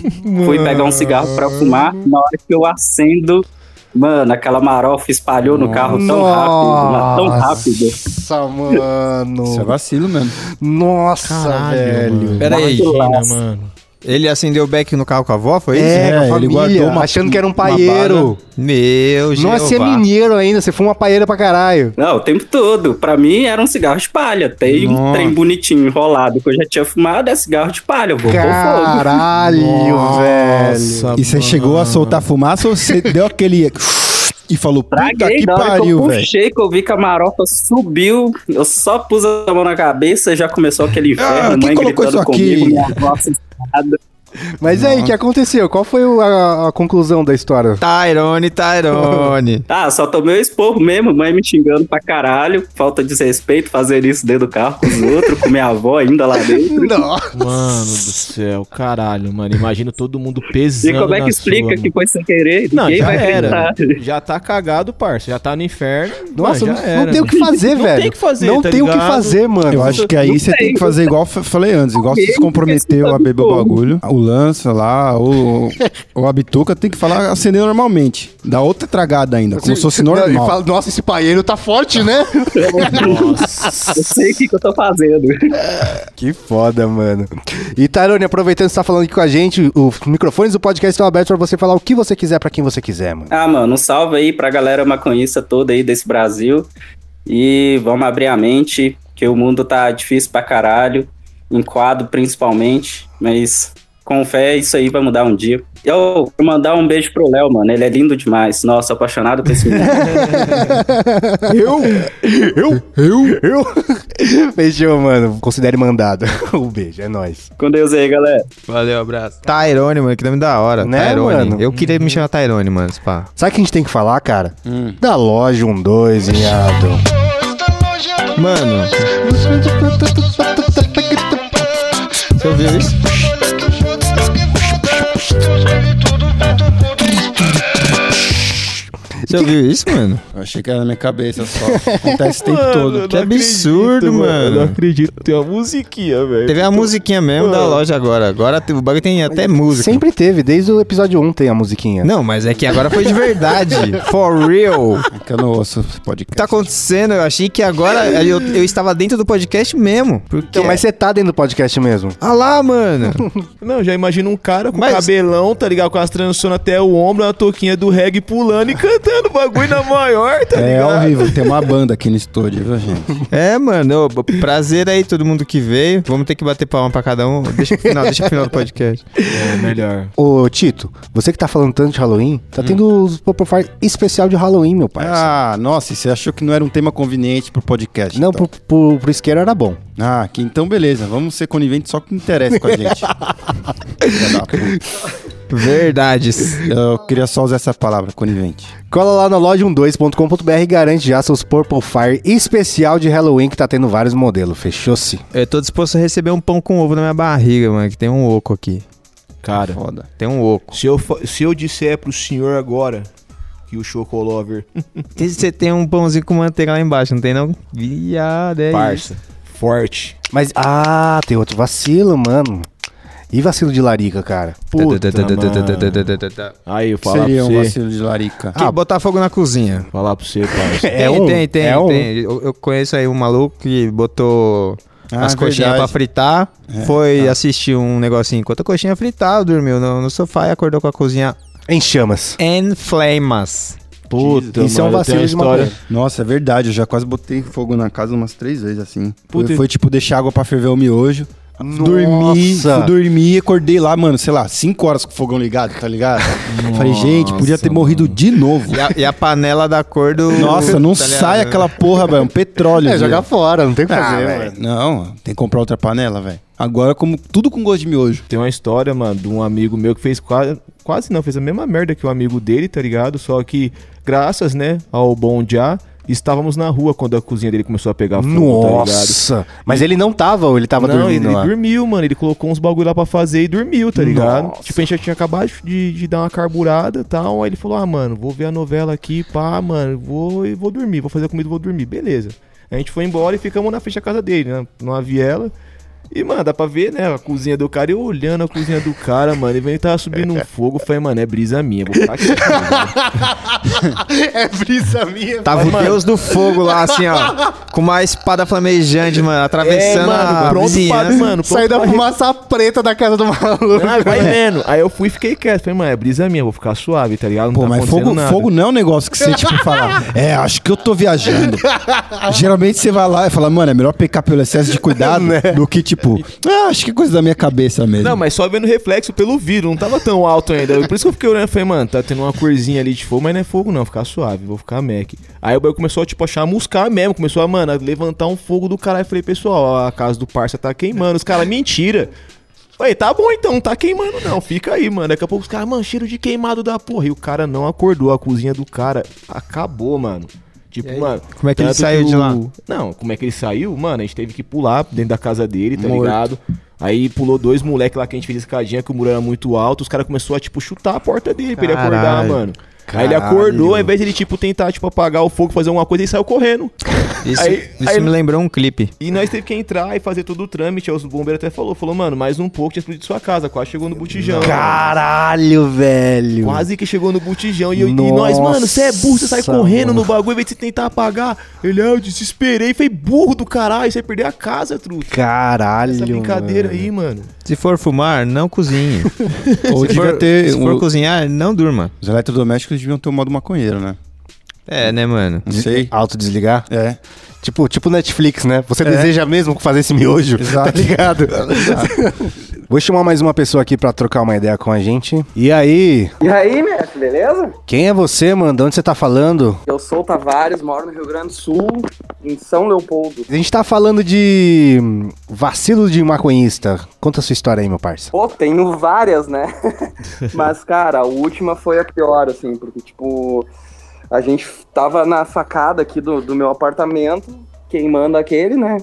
S10: fui pegar um cigarro pra fumar. Na hora que eu acendo, mano, aquela marofa espalhou no carro tão rápido, mas tão rápido.
S2: Nossa, mano.
S1: Isso é vacilo mesmo.
S2: Nossa, velho.
S3: Pera aí.
S4: Imagina, mano.
S3: Ele acendeu o back no carro com a avó, foi isso?
S2: É,
S1: É,
S2: com a
S1: ele
S2: família,
S1: guardou uma-
S2: achando que era um
S1: bala.
S2: paieiro.
S3: Meu, Jeová.
S2: Nossa, você é mineiro ainda, você fuma paieira pra caralho.
S10: Não, o tempo todo. Pra mim era um cigarro de palha. Tem um trem bonitinho enrolado que eu já tinha fumado, é cigarro de palha. Eu vou pôr fogo.
S2: Caralho, velho.
S1: E você chegou a soltar fumaça ou você deu aquele. E falou, puta
S10: Traguei,
S1: que
S10: na hora
S1: pariu,
S10: que eu
S1: velho.
S10: puxei, que eu vi que a marofa subiu, eu só pus a mão na cabeça e já começou aquele inferno,
S1: Ah, quem
S10: mãe
S1: colocou
S10: gritando
S1: isso aqui?
S10: É, comigo, minha avó assustada.
S2: Mas aí, o que aconteceu? Qual foi o- a, a conclusão da história?
S3: Tyrone, Tyrone.
S10: Ah, só tomei o esporro mesmo, mãe me xingando pra caralho, falta de respeito fazer isso dentro do carro com os outros, com minha avó ainda lá dentro.
S4: Mano do céu, caralho, mano. Imagina todo mundo
S10: E
S4: pesando.
S10: como é que
S4: na
S10: explica
S4: sua,
S10: que foi sem querer?
S4: Não,
S10: Ninguém
S4: já
S10: vai
S4: era.
S10: acreditar.
S4: Já tá cagado, parça. Já tá no inferno.
S2: Nossa,
S4: mano,
S2: não,
S4: já
S2: não
S4: era,
S2: tem o que fazer,
S4: Não
S2: velho.
S4: tem o que fazer,
S2: Não
S4: tá
S2: tem o que
S4: ligado?
S2: fazer, mano.
S1: Eu acho que aí você tem que fazer igual eu falei antes, igual você se comprometeu a beber o bagulho, o lança lá, ou, ou a bituca, tem que falar acender normalmente. Dá outra tragada ainda, como se fosse
S2: Não, ele
S1: normal.
S2: fala, Nossa, esse paieiro tá forte, né?
S10: Eu sei o que, que eu tô fazendo.
S2: Que foda, mano. E Tarone, aproveitando que você tá falando aqui com a gente, os microfones do podcast estão abertos pra você falar o que você quiser pra quem você quiser, mano.
S10: Ah, mano, um salve aí pra galera maconhista toda aí desse Brasil. E vamos abrir a mente, que o mundo tá difícil pra caralho, em quadro principalmente, mas com fé isso aí vai mudar um dia. Eu vou mandar um beijo pro Léo, mano, ele é lindo demais. Nossa, apaixonado por esse menino.
S2: Beijão, mano. Considere mandado. Um beijo, é nóis.
S10: com Deus aí, galera.
S3: Valeu, abraço.
S2: Tá
S3: Tyrone, mano, que nome da hora.
S2: Né,
S3: Tyrone.
S2: mano?
S3: Eu queria me chamar Tyrone, mano, esse pá.
S2: Sabe o que a gente tem que falar, cara? Da loja 12, viado.
S3: Mano. Você ouviu isso? Você ouviu isso, mano?
S1: Eu achei que era na minha cabeça só. Acontece o tempo todo. é
S3: Que absurdo, mano.
S4: Eu não acredito. Tem uma musiquinha, velho.
S3: Teve a musiquinha mesmo da loja agora. Agora te- o bagulho tem até música.
S2: Sempre teve, desde o episódio 1 tem a musiquinha.
S3: Não, mas é que agora foi de verdade. For real.
S1: É que eu não ouço esse
S3: O que tá
S1: podcast.
S3: acontecendo? Eu achei que agora eu, eu estava dentro do podcast mesmo. Porque...
S2: Então, mas você tá dentro do podcast mesmo.
S3: Ah lá, mano.
S4: Não, já imagina um cara com
S3: Mas-
S4: cabelão, tá ligado? Com as trançonas até o ombro, a touquinha do reggae pulando e cantando bagulho na maior, tá
S1: É
S4: ligado?
S1: horrível, tem uma banda aqui no estúdio, viu, gente?
S3: É, mano. ô, Prazer aí todo mundo que veio. Vamos ter que bater palma pra cada um. Deixa pro final, deixa pro final do podcast.
S4: É melhor.
S2: Ô, Tito, você que tá falando tanto de Halloween, tá tendo os Pop Profile especial de Halloween, meu parça.
S1: Ah, nossa, e você achou que não era um tema conveniente pro podcast?
S2: Não,
S1: então?
S2: pro, pro, pro isqueiro era bom.
S1: Ah, que então beleza, vamos ser conivente só que interessa com a gente. Filha da puta.
S3: Verdades.
S1: Eu queria só usar essa palavra, conivente.
S2: Cola lá na loja12.com.br e garante já seus Purple Fire especial de Halloween, que tá tendo vários modelos. Fechou-se?
S3: Eu tô disposto a receber um pão com ovo na minha barriga, mano. Que tem um oco aqui.
S4: Cara,
S3: Foda. Tem um oco.
S4: se eu, fa- se eu disser pro senhor agora que o Chocolover,
S3: E Você tem um pãozinho com manteiga lá embaixo, não tem não? Viado, é isso.
S4: parça, forte,
S2: Mas, ah, tem outro vacilo, mano. E vacilo de larica, cara. Puta.
S4: Aí, eu falar
S1: Seria
S4: pra
S1: um
S4: você.
S1: vacilo de larica.
S3: Ah, botar fogo na cozinha.
S4: Falar pra você, parça.
S2: É
S3: tem,
S2: um,
S3: tem, tem,
S2: é um.
S3: tem. Eu, eu conheço aí um maluco que botou
S1: Ah,
S3: as
S1: é
S3: coxinhas
S1: verdade.
S3: pra fritar, foi assistir um negocinho enquanto a coxinha fritava, dormiu no, no sofá e acordou com a cozinha
S2: Em chamas.
S3: em flamas.
S1: Então,
S4: Puta,
S2: Isso é um
S4: mano, eu
S2: vacilo
S4: tenho uma
S2: de uma
S4: história.
S2: coisa.
S1: Nossa, é verdade, eu já quase botei fogo na casa umas três vezes, assim. Foi-
S4: Puta.
S1: Foi tipo deixar água pra ferver o miojo.
S2: Nossa.
S1: Dormi, fui dormir, acordei lá, mano, sei lá, cinco horas com o fogão ligado, tá ligado? Falei, gente, podia ter morrido de novo.
S3: E a, e a panela da cor do.
S1: Nossa, não
S3: tá ligado?
S1: sai aquela porra, velho, um petróleo.
S2: É,
S1: velho.
S2: jogar fora, não tem o que
S1: Ah,
S2: fazer,
S1: velho,
S2: mano.
S1: Não, tem que comprar outra panela, velho. Agora, como tudo com gosto de miojo.
S4: Tem uma história, mano, de um amigo meu que fez quase. Quase não, fez a mesma merda que o amigo dele, tá ligado? Só que, graças, né, ao bom já, estávamos na rua quando a cozinha dele começou a pegar fogo, tá ligado?
S2: Nossa! Mas ele não tava, ou ele tava
S4: não,
S2: dormindo
S4: ele
S2: lá?
S4: dormiu, mano. Ele colocou uns bagulho lá pra fazer e dormiu, tá ligado? Tipo, a gente já tinha acabado de, de dar uma carburada e tal. Aí ele falou, ah, mano, vou ver a novela aqui, pá, mano, vou e vou dormir, vou fazer a comida e vou dormir. Beleza. A gente foi embora e ficamos na frente da casa dele, né? Numa viela. E, mano, dá pra ver, né? A cozinha do cara, eu olhando a cozinha do cara, mano. E vem tava subindo um fogo. Eu falei, mano, é brisa minha, vou ficar aqui.
S2: É brisa minha.
S3: Tava o Deus do Fogo lá, assim, ó. com uma espada flamejante, mano, atravessando a
S4: É, pronto pra,
S3: vizinhança.
S4: mano, pronto
S2: Sai da
S4: pra
S2: fumaça preta da casa do maluco.
S4: Ah, vai vendo. Aí eu fui e fiquei quieto. Falei, mano, é brisa minha, vou ficar suave, tá ligado? Não
S1: Pô,
S4: tá
S1: mas
S4: acontecendo
S1: fogo,
S4: nada.
S1: fogo não é um negócio que você, tipo, fala, é, acho que eu tô viajando. Geralmente você vai lá e fala, mano, é melhor pecar pelo excesso de cuidado
S2: Né?
S1: do que, tipo, ah, acho que é coisa da minha cabeça mesmo.
S4: Não, mas só vendo reflexo pelo vidro, não tava tão alto ainda. Por isso que eu fiquei olhando e falei, mano, tá tendo uma corzinha ali de fogo, mas não é fogo não, ficar suave, vou ficar Mac. Aí o bagulho começou, tipo, a chamuscar mesmo, começou a, mano, a levantar um fogo do caralho. Falei, pessoal, a casa do parça tá queimando. Os caras, mentira. Falei, tá bom então, não tá queimando não, fica aí, mano. Daqui a pouco os caras, mano, cheiro de queimado da porra. E o cara não acordou, a cozinha do cara acabou, mano. Tipo, mano.
S3: Como é que ele
S4: tanto
S3: saiu de lá?
S4: Não, como é que ele saiu? Mano, a gente teve que pular dentro da casa dele, tá ligado? Aí pulou dois moleques lá que a gente fez escadinha, que o muro era muito alto. Os caras começaram a, tipo, chutar a porta dele pra ele acordar,
S3: Caralho.
S4: mano. Aí ele acordou, ao invés de ele, tipo, tentar, tipo, apagar o fogo, fazer alguma coisa, ele saiu correndo.
S3: Isso,
S4: Aí-
S3: isso
S4: aí-
S3: me lembrou um clipe.
S4: E nós teve que entrar e fazer todo o trâmite. Aí os bombeiros até falou, falou, mano, mais um pouco tinha explodido sua casa, quase chegou no botijão.
S2: Caralho, velho.
S4: Quase que chegou no botijão. E, eu, e nós, mano, você é burro, você sai
S2: Nossa,
S4: correndo
S2: mano.
S4: no bagulho, vem de tentar apagar. Ele, ah, eu desesperei, foi burro do caralho, você perdeu a casa, truta.
S2: Caralho.
S4: Essa brincadeira
S2: mano.
S4: aí, mano.
S3: Se for fumar, não cozinhe.
S1: Ou
S3: se
S1: devia
S3: for,
S1: ter
S3: se
S1: um-
S3: for cozinhar, não durma.
S1: Os eletrodomésticos deviam ter um modo maconheiro, né?
S3: É, né, mano?
S1: Não sei.
S2: Auto desligar?
S1: É.
S2: Tipo, tipo Netflix, né? Você deseja mesmo fazer esse miojo, tá ligado? Vou chamar mais uma pessoa aqui pra trocar uma ideia com a gente. E aí,
S11: E aí, mestre, beleza?
S2: quem é você, mano? De onde você tá falando?
S11: Eu sou o Tavares, moro no Rio Grande do Sul, em São Leopoldo.
S2: A gente tá falando de hum, vacilo de maconhista. Conta a sua história aí, meu parça.
S11: Pô, tenho várias, né? Mas, cara, a última foi a pior, assim, porque, tipo, a gente tava na sacada aqui do, do meu apartamento, queimando aquele, né?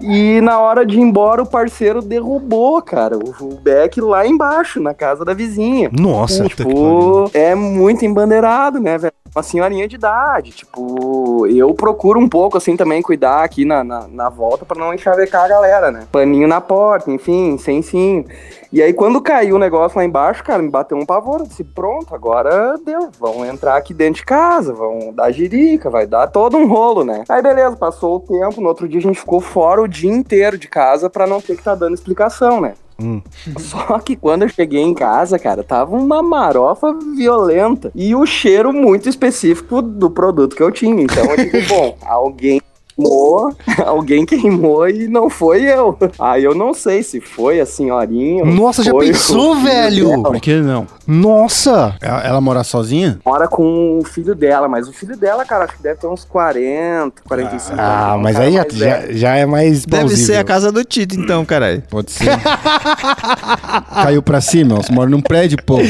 S11: E na hora de ir embora, o parceiro derrubou, cara, o, o Beck lá embaixo, na casa da vizinha.
S2: Nossa,
S11: tipo, é muito embandeirado, né, velho? Uma senhorinha de idade. Tipo, eu procuro um pouco, assim, também cuidar aqui na, na, na volta pra não enxavecar a galera, né? Paninho na porta, enfim, sem sim. E aí, quando caiu o negócio lá embaixo, cara, me bateu um pavor. Eu disse, pronto, agora deu. Vão entrar aqui dentro de casa, vão dar jirica, vai dar todo um rolo, né? Aí, beleza, passou o tempo. No outro dia, a gente ficou fora o dia inteiro de casa pra não ter que estar dando explicação, né? Só que quando eu cheguei em casa, cara, tava uma marofa violenta. E o cheiro muito específico do produto que eu tinha. Então eu digo, bom, alguém queimou, alguém queimou e não foi eu. Aí eu não sei se foi a senhorinha. ou
S2: Nossa,
S11: se
S2: já
S11: foi o
S2: pensou,
S11: filho
S2: velho?
S11: dela.
S1: Por que não?
S2: Nossa!
S1: Ela, ela mora sozinha?
S11: Mora com o filho dela, mas o filho dela, cara, acho que deve ter uns 40, 45
S2: Ah,
S11: um
S2: mas
S11: cara
S2: aí já,
S11: mais velho.
S2: já, já é mais
S3: Deve
S2: plausível.
S3: ser a casa do Tito, então, caralho.
S1: Pode ser. Caiu pra cima, ó, você mora num prédio, pô.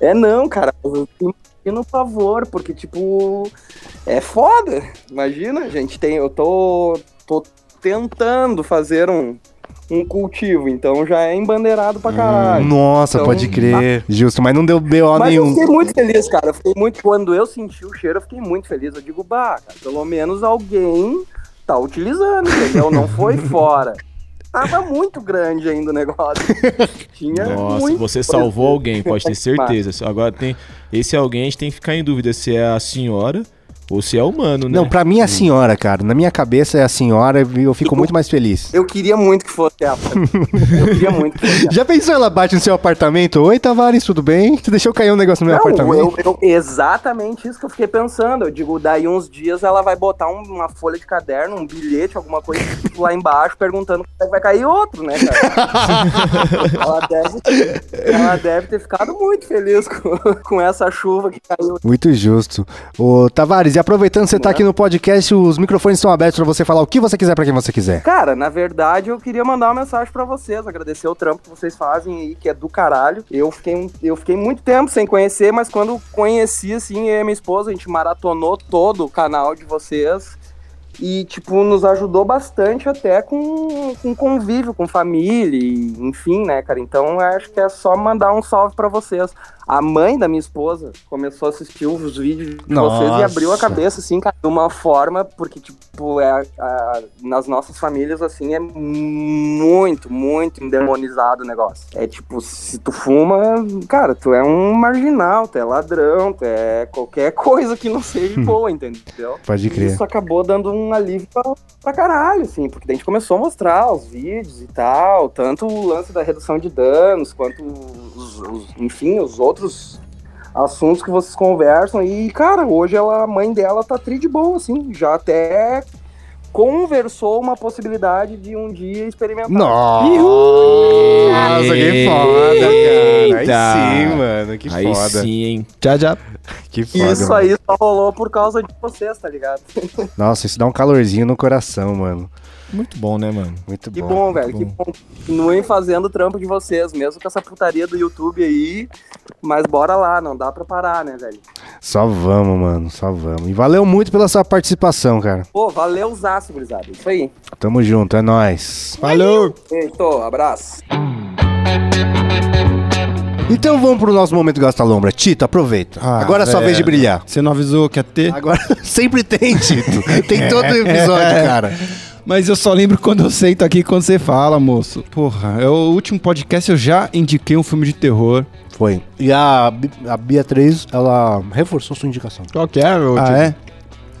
S11: É não, cara. Eu imagino o pavor, porque, tipo, é foda. Imagina, gente, tem, eu tô, tô tentando fazer um, um cultivo, então já é embandeirado pra caralho.
S2: Nossa,
S11: Então,
S2: pode crer. Justo, mas não deu BO
S11: Mas eu
S2: nenhum.
S11: fiquei muito feliz, cara. Eu fiquei muito. Quando eu senti o cheiro, eu fiquei muito feliz. Eu digo, bah, cara, pelo menos alguém tá utilizando, entendeu? Não foi fora. Tava muito grande ainda o negócio. Tinha
S2: É
S4: Nossa,
S11: muito
S4: você
S11: coisa.
S4: salvou alguém, pode ter certeza. Agora tem. Esse alguém a gente tem que ficar em dúvida se é a senhora ou se é o mano, né?
S2: Não, pra
S11: Hum.
S2: mim é a senhora, cara. Na minha cabeça é a senhora e eu fico muito mais feliz.
S11: Eu queria muito que fosse ela. Eu queria muito que fosse ela.
S2: Já pensou ela bate no seu apartamento? Oi, Tavares, tudo bem? Você deixou cair um negócio no meu
S11: Não,
S2: apartamento?
S11: eu- eu- exatamente isso que eu fiquei pensando. Eu digo, daí uns dias ela vai botar um- uma folha de caderno, um bilhete, alguma coisa lá embaixo, perguntando quando é que vai cair outro, né, cara? ela, deve, ela deve ter ficado muito feliz com, com essa chuva que caiu.
S2: Muito justo. Ô, Tavares, e E aproveitando que você tá aqui no podcast, os microfones estão abertos pra você falar o que você quiser pra quem você quiser.
S11: Cara, na verdade, eu queria mandar uma mensagem pra vocês, agradecer o trampo que vocês fazem aí, que é do caralho. Eu fiquei, um- eu fiquei muito tempo sem conhecer, mas quando conheci, assim, eu e a minha esposa, a gente maratonou todo o canal de vocês. E, tipo, nos ajudou bastante até com, com convívio, com família, e, enfim, né, cara? Então, eu acho que é só mandar um salve pra vocês. A mãe da minha esposa começou a assistir os vídeos de vocês e
S6: Nossa.
S11: abriu a cabeça, assim, cara, de uma forma, porque, tipo, é, a- nas nossas famílias, assim, é muito, muito endemonizado o negócio. É tipo, se tu fuma, cara, tu é um marginal, tu é ladrão, tu é qualquer coisa que não seja boa, entendeu?
S2: Pode crer.
S11: Isso acabou dando um alívio pra, pra caralho, assim, porque daí a gente começou a mostrar os vídeos e tal, tanto o lance da redução de danos, quanto os, os- enfim, os outros assuntos que vocês conversam. E, cara, hoje ela, a mãe dela tá tri de boa, assim, já até conversou uma possibilidade de um dia experimentar.
S2: Nossa, que foda, cara. Aí
S4: Eita.
S2: sim, mano, que
S4: Aí
S2: foda.
S4: sim, hein?
S3: Tchau, tchau.
S2: Que foda.
S11: Isso
S2: mano.
S11: aí só rolou por causa de vocês, tá ligado?
S2: Nossa, isso dá um calorzinho no coração, mano.
S3: Muito bom, né, mano?
S2: Muito
S11: Que
S2: bom.
S11: bom, velho, que bom. Continuem fazendo o trampo de vocês, mesmo com essa putaria do YouTube aí. Mas bora lá, não dá pra parar, né, velho?
S2: Só vamos, mano, só vamos. E valeu muito pela sua participação, cara.
S11: Pô, valeu os aços, gurizada. Isso aí.
S2: Tamo junto, é nóis.
S3: Valeu!
S11: Eito, abraço.
S2: Então vamos pro nosso momento Gasta Lombra. Tito, aproveita.
S1: Ah,
S2: Agora é sua
S1: velho.
S2: vez de brilhar.
S1: Você não avisou que ia ter?
S2: Agora sempre tem, Tito. Tem todo episódio, cara.
S1: Mas eu só lembro quando eu sento aqui e quando você fala, moço. Porra, é o último podcast eu já indiquei um filme de terror.
S2: Foi. E a, Bi- a Beatriz, ela reforçou sua indicação.
S3: Qual que é, meu?
S1: Ah, é?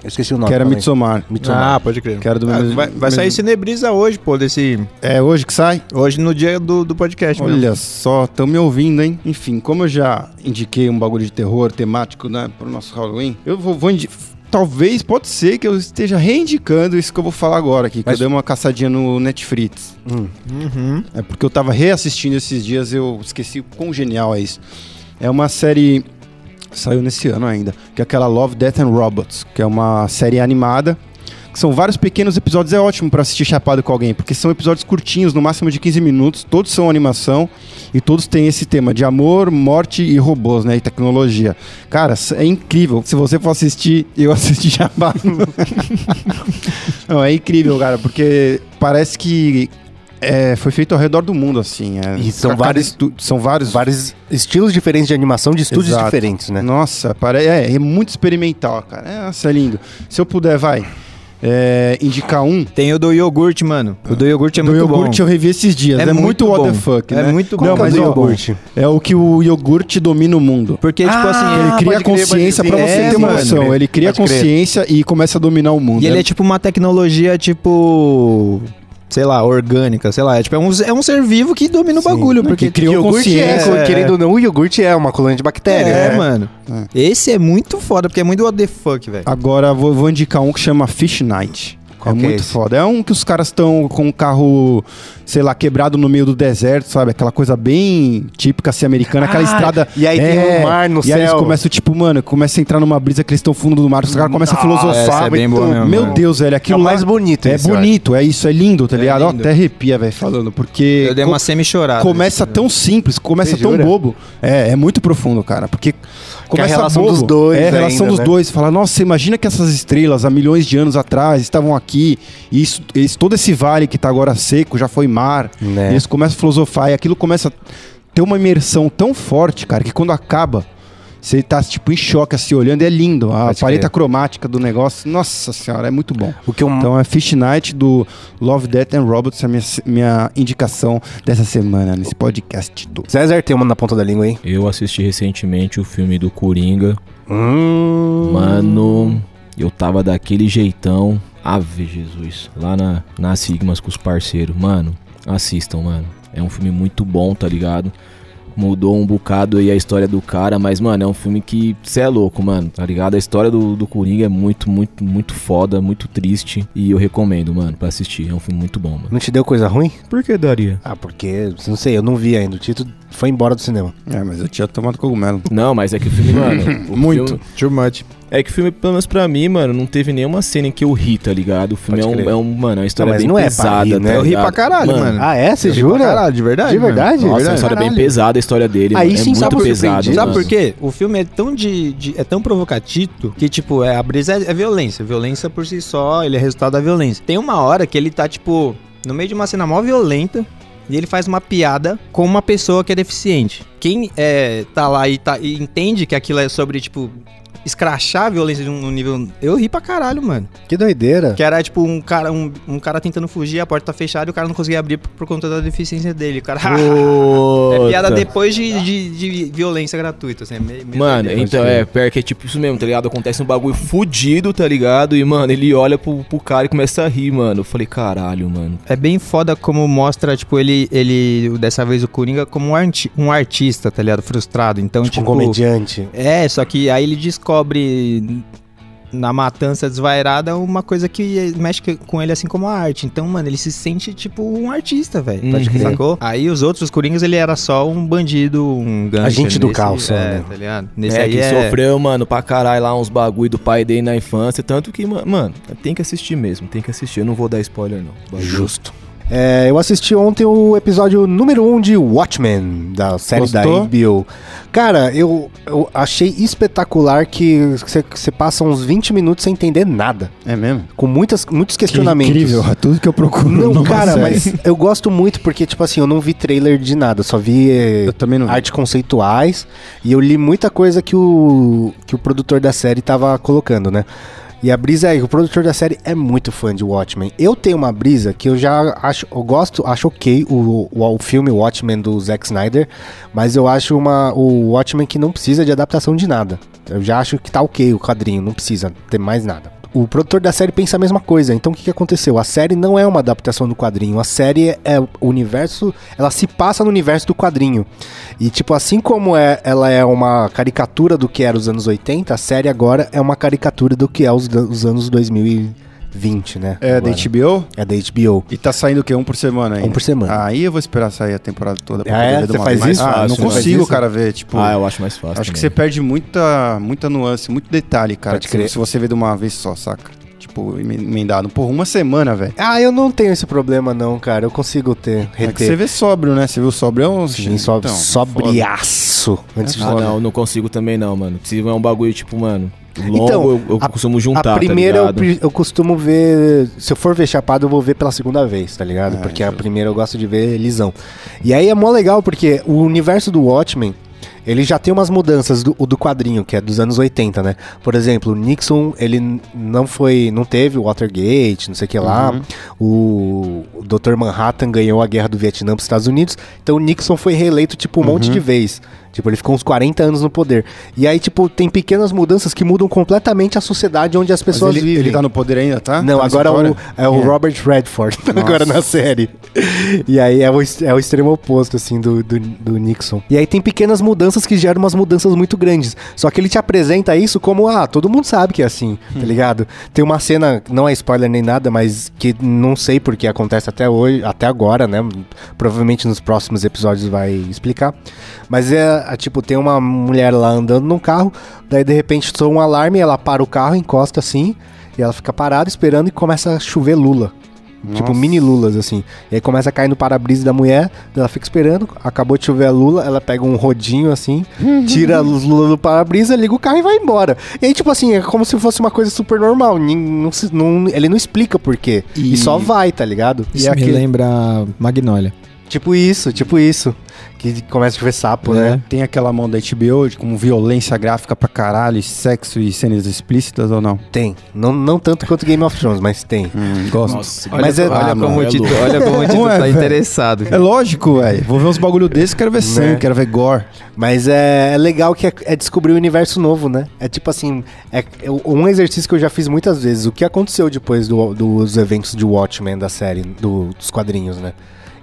S2: Eu esqueci o nome.
S1: Que era
S2: falei.
S1: Midsommar.
S2: Midsommar.
S3: Ah, pode crer.
S1: Que era do
S3: Ah,
S1: mesmo-
S3: vai, vai sair
S1: mesmo-
S3: Cinebrisa hoje, pô, desse...
S1: É hoje que sai?
S3: Hoje no dia do, do podcast mesmo.
S1: Olha só, estão me ouvindo, hein? Enfim, como eu já indiquei um bagulho de terror temático, né, pro nosso Halloween, eu vou, vou indi- Talvez, pode ser que eu esteja reindicando isso que eu vou falar agora aqui, que eu dei uma caçadinha no Netflix.
S2: Hum.
S3: Uhum.
S1: É porque eu tava reassistindo esses dias, eu esqueci o quão genial é isso. É uma série. Saiu nesse ano ainda, que é aquela Love, Death and Robots, que é uma série animada. Que são vários pequenos episódios, é ótimo pra assistir chapado com alguém, porque são episódios curtinhos, no máximo de 15 minutos, todos são animação e todos têm esse tema de amor, morte e robôs, né? E tecnologia. Cara, é incrível. Se você for assistir, eu assisti chapado. Não, é incrível, cara, porque parece que é, foi feito ao redor do mundo, assim. é.
S2: E são
S1: Cada
S2: vários-
S1: estu- são vários.
S2: Vários estilos diferentes de animação de estúdios
S1: Exato.
S2: diferentes, né?
S1: Nossa, pare... é, é muito experimental, cara. Nossa, é lindo. Se eu puder, vai. é, indicar um.
S3: Tem o do iogurte, mano. O do iogurte é
S1: do
S3: muito
S1: iogurte
S3: bom.
S1: eu revi esses dias.
S3: É
S1: É, muito,
S3: muito
S1: what the
S3: bom.
S1: fuck,
S3: É
S1: né?
S3: muito
S1: Não,
S3: bom.
S1: mas
S3: É
S1: ó,
S3: muito bom.
S1: É o que o iogurte domina o mundo.
S3: Porque, tipo assim,
S1: Ah, ele cria
S3: pode crer,
S1: consciência
S3: pode
S1: pra
S3: crer.
S1: você
S3: É,
S1: ter uma
S3: mano.
S1: noção. Ele cria
S3: Pode crer.
S1: consciência e começa a dominar o mundo.
S3: E ele é tipo uma tecnologia, tipo. Sei lá, orgânica, sei lá. É, tipo, é, um, é um ser vivo que domina o bagulho, porque
S1: né, que criou
S2: Iogurte é,
S1: consciência, né?
S3: é.
S2: querendo ou não, o iogurte é uma colônia de bactérias.
S3: É,
S2: né?
S3: mano. Esse é muito foda, porque é muito what the fuck, velho.
S1: Agora vou, vou indicar um que chama Fish Night.
S2: Qual
S1: é
S2: que é
S1: muito
S2: esse?
S1: foda. É um que os caras estão com o carro, sei lá, quebrado no meio do deserto, sabe? Aquela coisa bem típica assim, americana,
S3: Ah,
S1: aquela estrada.
S2: e aí tem
S1: É,
S2: um mar no
S1: e aí eles
S2: céu.
S1: começam, tipo, mano, começa a entrar numa brisa que eles estão fundo do mar, os caras começam a filosofar.
S3: essa é bem boa mesmo,
S1: meu
S3: mano.
S1: Deus, velho,
S2: Que é
S1: aquilo
S2: o
S1: lá
S2: mais bonito.
S1: é
S2: esse, eu acho.
S1: bonito, é isso, é lindo, tá
S3: É
S1: ligado? Ó,
S3: lindo.
S1: Até arrepia, velho, falando, porque.
S3: Eu dei
S1: co-
S3: uma semi-chorada.
S1: Começa tão simples, começa
S2: né? Você
S1: tão
S2: jura? é
S1: bobo. É, é muito profundo, cara, porque começa
S2: relação
S1: bobo.
S2: dos dois
S1: É, a relação
S2: ainda,
S1: dos
S2: né?
S1: dois. Fala, nossa, imagina que essas estrelas há milhões de anos atrás estavam aqui, e isso, esse- todo esse vale que tá agora seco já foi mar.
S2: Né?
S1: E eles começam a filosofar e aquilo começa a ter uma imersão tão forte, cara, que quando acaba, você tá tipo em choque, assim, olhando, e é lindo. A
S2: Pode
S1: paleta
S2: crer.
S1: cromática do negócio, nossa senhora, é muito bom.
S2: O que eu
S1: Então é Fish Night do Love, Death and Robots, a minha, minha indicação dessa semana nesse podcast. Do.
S2: César tem uma na ponta da língua, hein?
S4: Eu assisti recentemente o filme do Coringa.
S2: Hum.
S4: Mano, eu tava daquele jeitão. Ave Jesus. Lá na, na Sigmas com os parceiros. Mano, assistam, mano. É um filme muito bom, tá ligado? Mudou um bocado aí a história do cara, mas, mano, é um filme que cê é louco, mano, tá ligado? A história do, do Coringa é muito, muito, muito foda, muito triste. E eu recomendo, mano, pra assistir. É um filme muito bom, mano.
S2: Não te deu coisa ruim?
S4: Por que daria?
S2: Ah, porque, não sei, eu não vi ainda. O Tito foi embora do cinema.
S1: É, mas eu tinha tomado cogumelo.
S4: Não, mas é que o filme, mano. o
S1: Muito.
S4: filme-
S3: Too much.
S4: É que o filme, pelo menos pra mim, mano, não teve nenhuma cena em que eu ri, tá ligado? O filme é
S3: Pode
S4: um,
S3: crer.
S4: é um- mano, é uma história
S3: Não, mas
S4: bem
S3: não é pra
S4: pesada,
S3: rir, né?
S4: tá
S3: Eu ri
S4: ligado?
S3: pra caralho, mano.
S2: Ah, é? Você
S3: Eu ri
S2: jura?
S3: pra caralho, de verdade,
S2: De
S3: mano.
S2: verdade?
S4: Nossa, é uma
S2: Verdade.
S4: história bem
S2: Caralho.
S4: pesada a história dele,
S2: Aí
S4: mano.
S2: sim,
S4: é muito
S2: sabe por-
S4: pesado.
S3: Sabe
S4: mano.
S3: por quê? O filme é tão de, de- é tão provocativo que tipo, é, a brisa é, é violência, violência por si só, ele é resultado da violência. Tem uma hora que ele tá tipo no meio de uma cena mó violenta e ele faz uma piada com uma pessoa que é deficiente. Quem é, tá lá e, tá- e entende que aquilo é sobre tipo escrachar a violência de um um nível, eu ri pra caralho, mano.
S2: Que doideira.
S3: Que era tipo um cara, um, um cara tentando fugir, a porta tá fechada e o cara não conseguia abrir por, por conta da deficiência dele. O cara. é piada
S4: Puta.
S3: depois de, de- de violência gratuita, assim. é meio-
S2: né?
S3: meio
S4: Mano,
S3: doideira.
S4: então é, pior que é tipo isso mesmo, tá ligado? Acontece um bagulho fudido, tá ligado? E, mano, ele olha pro, pro cara e começa a rir, mano. Eu falei, caralho, mano.
S3: É bem foda como mostra, tipo, ele, ele dessa vez o Coringa, como um, arti- um artista, tá ligado? Frustrado. Então, tipo.
S2: Um comediante.
S3: É, só que aí ele descobre na matança desvairada uma coisa que mexe que- com ele assim como a arte. Então, mano, ele se sente tipo um artista, velho. Pode crer,
S2: Uhum.
S3: Sacou? Aí os outros Coringas, ele era só um bandido, um gancho.
S2: Agente do caos, só,
S3: é,
S2: né?
S3: tá ligado? Nesse
S4: é,
S3: aí
S4: que
S3: é...
S4: sofreu, mano, pra caralho lá uns bagulho do pai dele na infância. Tanto que, ma- mano, tem que assistir mesmo, tem que assistir. Eu não vou dar spoiler, não.
S2: Justo. É, eu assisti ontem o episódio número 1 um de Watchmen, da série
S1: Gostou?
S2: da HBO. Cara, eu, eu achei espetacular que você você passa uns 20 minutos sem entender nada.
S1: É mesmo?
S2: Com muitas, muitos
S1: Que
S2: questionamentos.
S1: incrível, é tudo que eu procuro.
S2: Não,
S1: numa
S2: cara,
S1: série.
S2: mas eu gosto muito porque, tipo assim, eu não vi trailer de nada, só vi eh, artes conceituais e eu li muita coisa que o, que o produtor da série tava colocando, né? E a brisa é, o produtor da série é muito fã de Watchmen. Eu tenho uma brisa que eu já acho, eu gosto, acho ok o, o, o filme Watchmen do Zack Snyder, mas eu acho uma, o Watchmen que não precisa de adaptação de nada. Eu já acho que tá ok o quadrinho, não precisa ter mais nada. O produtor da série pensa a mesma coisa. Então o que, que aconteceu? A série não é uma adaptação do quadrinho. A série é o universo. Ela se passa no universo do quadrinho. E, tipo, assim como é, ela é uma caricatura do que era os anos 80, a série agora é uma caricatura do que é os, da- os anos 2020, né?
S1: É da
S2: Agora.
S1: HBO?
S2: É da HBO.
S1: E tá saindo o quê? Um por semana ainda? Ah,
S2: Um por semana.
S1: Aí eu vou esperar sair a temporada toda
S2: Ah,
S1: poder
S2: é?
S1: ver de
S2: Você
S1: uma
S2: faz
S1: vez.
S2: isso?
S1: Ah,
S2: Ah,
S1: não
S2: você faz
S1: consigo,
S2: isso?
S1: cara, ver, tipo...
S4: Ah, eu acho mais fácil.
S1: Acho que você
S4: também.
S1: perde muita, muita nuance, muito detalhe, cara.
S2: Pode
S1: se-
S2: crer.
S1: Se você vê de uma vez só, saca? Tipo, emen- emendado. Porra, uma semana, velho.
S2: Ah, eu não tenho esse problema, não, cara. Eu consigo ter,
S1: É que você
S2: reter.
S1: vê sóbrio, né? Você viu sóbrio é um...
S2: Sim, so,
S1: Então,
S2: sobriaço. Antes de
S4: Ah, não, não consigo também não, mano. Se é um bagulho, tipo, mano, longo,
S2: Então,
S4: eu, eu
S2: a-
S4: costumo juntar,
S2: a
S4: tá
S2: primeira eu,
S4: ligado?
S2: pre- eu costumo ver. Se eu for ver chapado, eu vou ver pela segunda vez, tá
S4: É,
S2: ligado? porque a primeira eu gosto de ver lisão. E aí é mó legal, porque o universo do Watchmen. Ele já tem umas mudanças do, o do quadrinho, que é dos anos 80, né? Por exemplo, o Nixon, ele n- não foi. não teve o Watergate, não sei o que lá. O, o Dr. Manhattan ganhou a guerra do Vietnã pros Estados Unidos. Então o Nixon foi reeleito, tipo, um
S1: Uhum.
S2: monte de vez. Tipo, ele ficou uns 40 anos no poder. E aí, tipo, tem pequenas mudanças que mudam completamente a sociedade onde as
S1: Mas
S2: pessoas
S1: ele,
S2: vivem.
S1: ele tá no poder ainda, tá?
S2: Não,
S1: Tá nessa
S2: agora é o,
S1: história?
S2: é o Robert Redford, agora na série. E aí é o, est- é o extremo oposto, assim, do, do, do Nixon. E aí tem pequenas mudanças que geram umas mudanças muito grandes. Só que ele te apresenta isso como, ah, todo mundo sabe que é assim, tá ligado? Tem uma cena, não é spoiler nem nada, mas que não sei porque acontece até hoje, até agora, né? Provavelmente nos próximos episódios vai explicar. Mas é, é, tipo, tem uma mulher lá andando num carro, daí de repente soa um alarme, ela para o carro, encosta assim, e ela fica parada esperando e começa a chover lula. Tipo, mini lulas, assim. E aí começa a cair no para-brisa da mulher, ela fica esperando, acabou de chover a lula, ela pega um rodinho, assim,
S3: Uhum.
S2: tira os lula do para-brisa, liga o carro e vai embora. E aí, tipo assim, é como se fosse uma coisa super normal. nin- não se- não- ele não explica por quê. E,
S3: E-
S2: só vai, tá ligado?
S3: Isso
S2: e
S3: me lembra Magnolia.
S2: Tipo isso, tipo isso. Que começa a chover sapo, né?
S1: É. Tem aquela mão da HBO de como violência gráfica pra caralho, e sexo e cenas explícitas ou não?
S2: Tem. Não, não tanto quanto Game of Thrones, mas tem.
S1: Hum, gosto.
S4: Nossa,
S2: Mas
S4: olha-
S2: é-
S4: olha
S2: Ah,
S4: como
S3: Como
S4: o
S3: o Tito,
S4: título.
S3: olha como o Tito
S1: Não é,
S3: tá
S1: velho?
S3: interessado. Né?
S1: É lógico, velho. Vou ver uns bagulho desse, quero ver sangue, quero ver gore.
S2: Mas é, é legal que é, é descobrir o universo novo, né? É tipo assim, é, é um exercício que eu já fiz muitas vezes. O que aconteceu depois do- dos eventos de Watchmen da série, do- dos quadrinhos, né?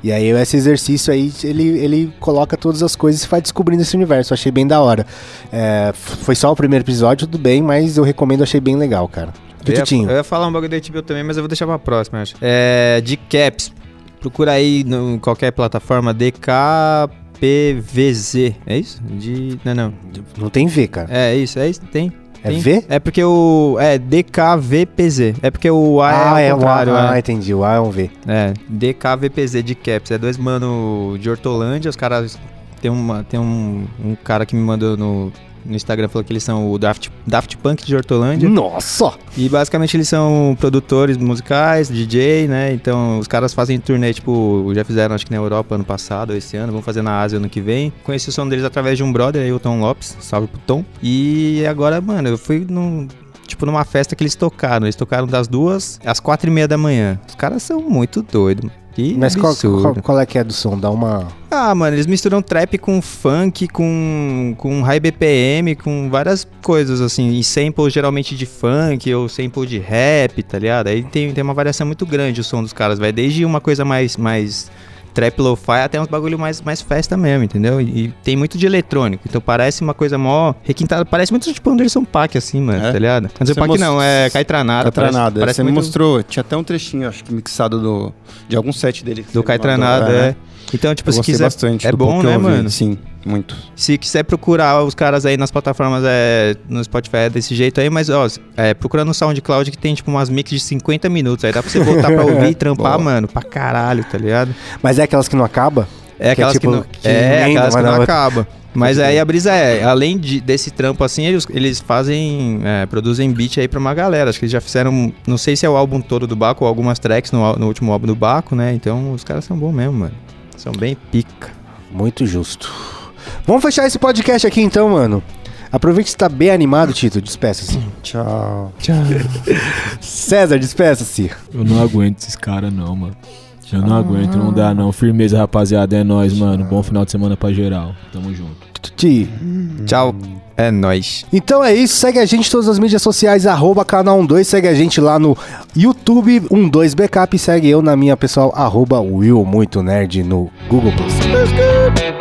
S2: E aí esse exercício aí, ele, ele coloca todas as coisas e vai descobrindo esse universo. Eu achei bem da hora. É, f- foi só o primeiro episódio, tudo bem, mas eu recomendo, achei bem legal, cara. Do
S3: Eu ia-
S2: Titinho.
S3: Eu ia falar um bagulho da HBO também, mas eu vou deixar pra próxima, eu acho. É, de caps. Procura aí em qualquer plataforma DKPVZ. É isso? De. Não, não.
S2: Não tem V, cara.
S3: É isso, é isso. Tem.
S2: É V?
S3: É porque o. É DKVPZ. É porque o A
S2: Ah,
S3: é
S2: é
S3: ao
S2: o
S3: contrário.
S2: A. Ah,
S3: é.
S2: entendi. O A é um V.
S3: É, DKVPZ de Caps. É dois mano de Hortolândia. Os caras. Tem, uma, tem um, um cara que me mandou no, no Instagram falou que eles são o Daft, Daft Punk de Hortolândia.
S2: Nossa!
S3: E basicamente eles são produtores musicais, DJ, né? Então os caras fazem turnê, tipo, já fizeram acho que na Europa ano passado, ou esse ano, vão fazer na Ásia ano que vem. Conheci o som deles através de um brother aí, o Tom Lopes, salve pro Tom. E agora, mano, eu fui num. Tipo, numa festa que eles tocaram. Eles tocaram das duas às quatro e meia da manhã. Os caras são muito doidos. Que
S2: Mas qual,
S3: absurdo.
S2: qual- qual é que é do som? Dá uma.
S3: Ah, mano, eles misturam trap com funk, com, com high BPM, com várias coisas, assim, e sample geralmente de funk ou sample de rap, tá ligado? Aí tem, tem uma variação muito grande o som dos caras, vai desde uma coisa mais, mais trap lo-fi até uns bagulho mais, mais festa mesmo, entendeu? E, e tem muito de eletrônico, então parece uma coisa mó requintada, parece muito tipo Anderson Paak, assim, mano, tá ligado? Anderson
S1: Você
S3: Paak
S1: most-
S3: não, é Caetranada. parece-
S1: Caetranada.
S3: parece
S1: Você me
S3: é muito-
S1: mostrou, tinha até um trechinho, acho que mixado do, de algum set dele. que
S3: Do
S1: você me mandou, né?
S3: Caetranada, é. Então, tipo,
S1: Eu
S3: se
S1: gostei
S3: quiser-
S1: bastante
S3: é
S1: do
S3: bom,
S1: pouco que eu
S3: né,
S1: ouvi.
S3: mano?
S1: Sim, muito.
S3: Se quiser procurar os caras aí nas plataformas, é, no Spotify é desse jeito aí, mas ó, é, procura no SoundCloud que tem tipo umas mix de 50 minutos, aí dá pra você voltar pra ouvir e trampar,
S2: Boa.
S3: mano, pra caralho, tá ligado?
S2: Mas é aquelas que não acaba?
S3: É aquelas que,
S2: tipo,
S3: não, é,
S2: emenda,
S3: aquelas que
S2: vai na
S3: não
S2: outra.
S3: acaba. Mas aí a brisa é, além de- desse trampo assim, eles, eles fazem, é, produzem beat aí pra uma galera. Acho que eles já fizeram, não sei se é o álbum todo do Baco ou algumas tracks no, al- no último álbum do Baco, né? Então os caras são bons mesmo, mano. São bem pica.
S2: Muito justo. Vamos fechar esse podcast aqui então, mano. Aproveita que está bem animado, Tito. Despeça-se. Tchau. Tchau. César, despeça-se.
S12: Eu não aguento esses caras, não, mano. Eu não aguento, não dá não. Firmeza, rapaziada, é nóis, mano. Bom final de semana pra geral. Tamo junto.
S2: Ti.
S3: Tchau. É nóis.
S2: Então é isso, segue a gente em todas as mídias sociais, arroba canal 12, segue a gente lá no YouTube 12 Backup, e segue eu na minha pessoal, arroba Will Muito Nerd no Google Plus.
S5: Let's go.